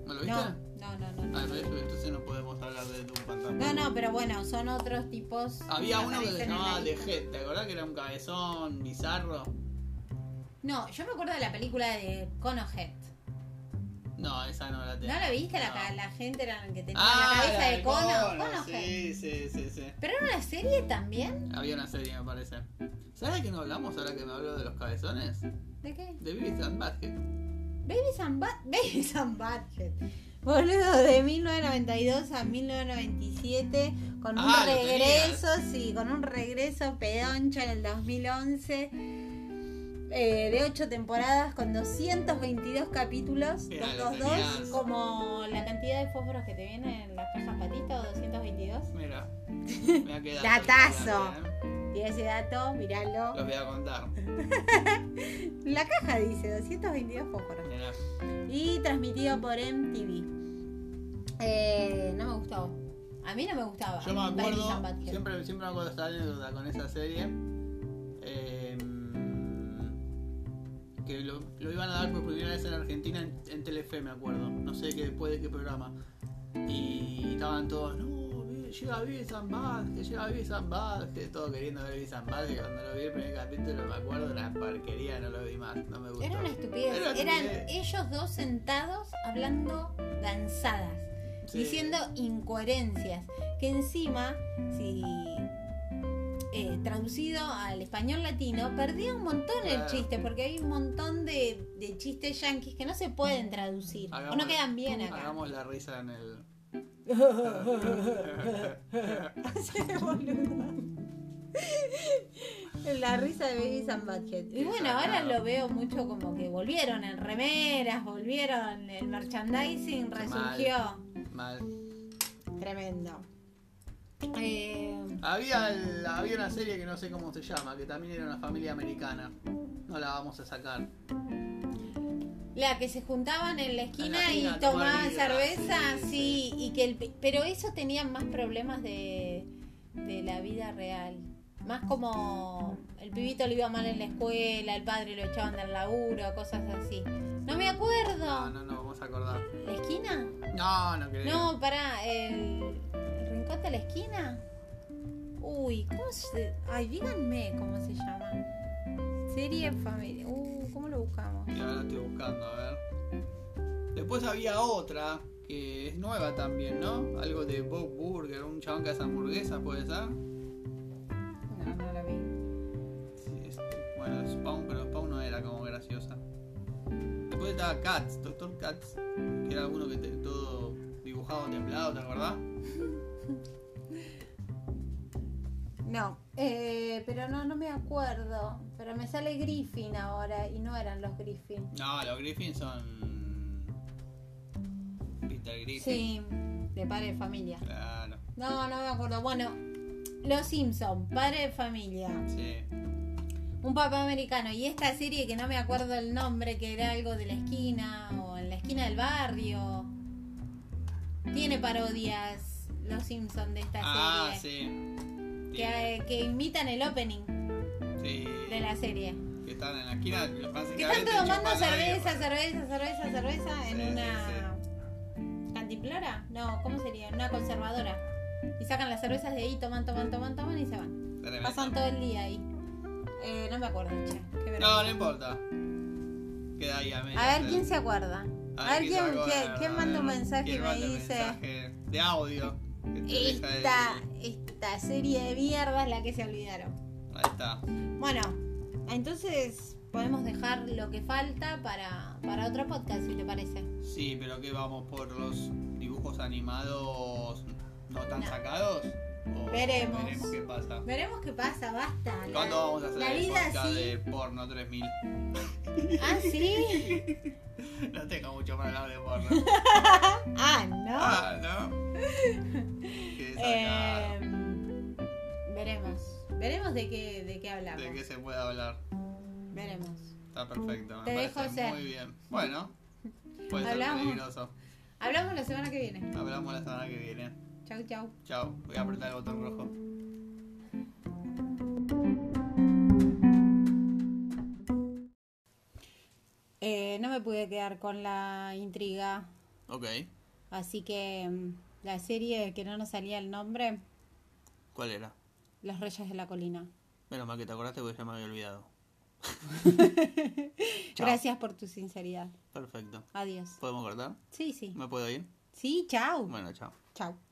S1: ¿No lo viste?
S2: No, no, no, no.
S1: Ah,
S2: No,
S1: pero eso, entonces no podemos hablar de tu fantasma.
S2: no, no, pero bueno, son otros tipos.
S1: Había uno que se
S2: aparecen en la
S1: llamaba The
S2: lista.
S1: Head, ¿te acordás que era un cabezón bizarro?
S2: No, yo me acuerdo de la película de Conohead.
S1: No, esa no la tengo.
S2: ¿No la viste? La,
S1: No.
S2: ca- la gente era la que tenía
S1: Ah,
S2: la cabeza
S1: la
S2: de
S1: del
S2: cono.
S1: cono,
S2: Conohead.
S1: Sí, sí, sí, sí.
S2: Pero era una serie también.
S1: Había una serie, me parece. ¿Sabes de qué no hablamos ahora que me habló de los cabezones?
S2: ¿De qué?
S1: De Beavis and Butthead.
S2: Babies and, Bat Babies and Butthead. Boludo, de 1992 a 1997, con un
S1: Ah, lo
S2: regreso, sí, con un regreso pedoncha en el 2011, eh, de 8 temporadas, con 222 capítulos,
S1: Mira, lo
S2: 222,
S1: tenías.
S2: como la cantidad de fósforos que te vienen en las cajas patito, 222.
S1: Mira, me ha quedado.
S2: Datazo.
S1: ¿eh?
S2: Tira ese dato, miralo.
S1: Los voy a contar.
S2: La caja dice 222 fósforos.
S1: Mirá.
S2: y transmitido por MTV. Eh, no me gustó. A mí no me gustaba.
S1: Yo me
S2: Babies
S1: acuerdo,
S2: and Butthead.
S1: siempre, siempre me acuerdo esta anécdota con esa serie. eh, que lo, lo iban a dar por primera vez en Argentina en, en Telefe, me acuerdo. No sé qué después de qué programa. Y estaban todos, no, vi- llega Vives and Bad, que llega Vives and Bad, que todo queriendo ver Vives and Bad, que cuando lo vi el primer capítulo me acuerdo la porquería, no lo vi más, no me gustó.
S2: Era una estupidez.
S1: Era una
S2: Eran
S1: estupidez.
S2: ellos dos sentados hablando danzadas,
S1: Sí.
S2: diciendo incoherencias. Que encima, si eh, traducido al español latino, perdía un montón el
S1: Claro.
S2: chiste, porque hay un montón de, de chistes yanquis que no se pueden traducir. o no
S1: Hagamos-
S2: quedan bien acá.
S1: Hagamos la risa en el...
S2: Así de boludo. La risa de Baby and Butthead. Y
S1: Qué
S2: bueno, ahora
S1: salado.
S2: lo veo mucho como que volvieron en remeras, volvieron el merchandising,
S1: Mal.
S2: resurgió.
S1: Mal.
S2: Tremendo. Eh,
S1: Había, el- había una serie que no sé cómo se llama, que también era una familia americana. No la vamos a sacar.
S2: la que se juntaban en la esquina
S1: En la esquina
S2: y
S1: a tomar
S2: tomaban
S1: birra,
S2: cerveza, sí,
S1: sí,
S2: y que el, pe- pero eso tenía más problemas de, de la vida real. Más como el pibito le iba mal en la escuela, el padre lo echaban del laburo, cosas así. No me acuerdo.
S1: No, no, no, vamos a acordar.
S2: ¿La esquina?
S1: No, no querés.
S2: No, pará, el, el rincón de la esquina. Uy, ¿cómo se.? Ay, díganme cómo se llama. Serie familia. Uh, ¿cómo lo buscamos?
S1: Y ahora estoy buscando, a ver. Después había otra, que es nueva también, ¿no? Algo de Bob Burger, un chabón que hace hamburguesas, ¿puede ser?
S2: No, no la vi.
S1: Sí, es- bueno, Spawn, pero Spawn no era como graciosa. Después estaba Cats, Doctor Cats, que era uno que te- todo dibujado, templado, ¿te acordás?
S2: No, eh, pero no, no me acuerdo. Pero me sale Griffin ahora y no eran los Griffin.
S1: No, los Griffin son. Peter Griffin.
S2: Sí, de padre de familia.
S1: Claro,
S2: No, no me acuerdo. Bueno, Los Simpson, padre de familia.
S1: sí.
S2: Un papá americano. Y esta serie que no me acuerdo el nombre, que era algo de la esquina o en la esquina del barrio. Tiene parodias Los Simpson de esta
S1: Ah,
S2: serie.
S1: sí.
S2: Que, eh,
S1: Tiene-
S2: que imitan el opening
S1: Sí.
S2: de la serie.
S1: Que están en la esquina. Los fans
S2: Que
S1: cada vez
S2: están
S1: te
S2: tomando
S1: chupan la
S2: cerveza,
S1: birra.
S2: cerveza, cerveza, cerveza en
S1: Sí, sí,
S2: una. ¿Cantimplora? No, ¿cómo sería? En Una conservadora. Y sacan las cervezas de ahí, toman, toman, toman, toman y se van.
S1: Tremendo.
S2: Pasan todo el día ahí. Eh, no me acuerdo, che. Qué vergüenza.
S1: No, no importa. queda ahí a medias.
S2: A ver
S1: el-
S2: quién se acuerda. A ver quién,
S1: salga,
S2: quién- quién manda un
S1: a ver,
S2: mensaje y
S1: quién
S2: me
S1: manda un
S2: dice.
S1: mensaje De audio. que te deja de-
S2: Esta, esta serie de mierda es la que se olvidaron.
S1: Ahí está.
S2: Bueno, entonces podemos dejar lo que falta para, para otro podcast, si te parece.
S1: Sí, pero que vamos por los dibujos animados no tan
S2: No.
S1: sacados. O
S2: Veremos.
S1: Veremos qué pasa.
S2: Veremos qué pasa, basta. La-
S1: ¿Cuándo vamos a hacer
S2: La
S1: el
S2: vida
S1: podcast
S2: así.
S1: de porno 3000?
S2: Ah, sí.
S1: No tengo mucho para hablar de porno.
S2: Ah, no.
S1: ah, ¿no? Qué desagradable.
S2: Eh, veremos. Veremos de qué, de qué hablamos.
S1: De qué se puede hablar.
S2: Veremos.
S1: Está perfecto. Me
S2: Te
S1: parece
S2: dejo ser.
S1: muy bien. Bueno, puede ser
S2: Hablamos.
S1: peligroso.
S2: Hablamos la semana que viene.
S1: Hablamos la semana que viene.
S2: Chau, chau.
S1: Chao. Voy a apretar el botón rojo.
S2: Eh, no me pude quedar con la intriga.
S1: Ok.
S2: Así que mm, la serie que no nos salía el nombre,
S1: ¿Cuál era?
S2: Los Reyes de la Colina.
S1: Menos mal que te acordaste porque ya me había olvidado. Chao.
S2: Gracias por tu sinceridad.
S1: Perfecto.
S2: Adiós.
S1: ¿Podemos cortar?
S2: Sí, sí.
S1: ¿Me puedo ir?
S2: Sí, chau.
S1: Bueno, chao.
S2: Chau.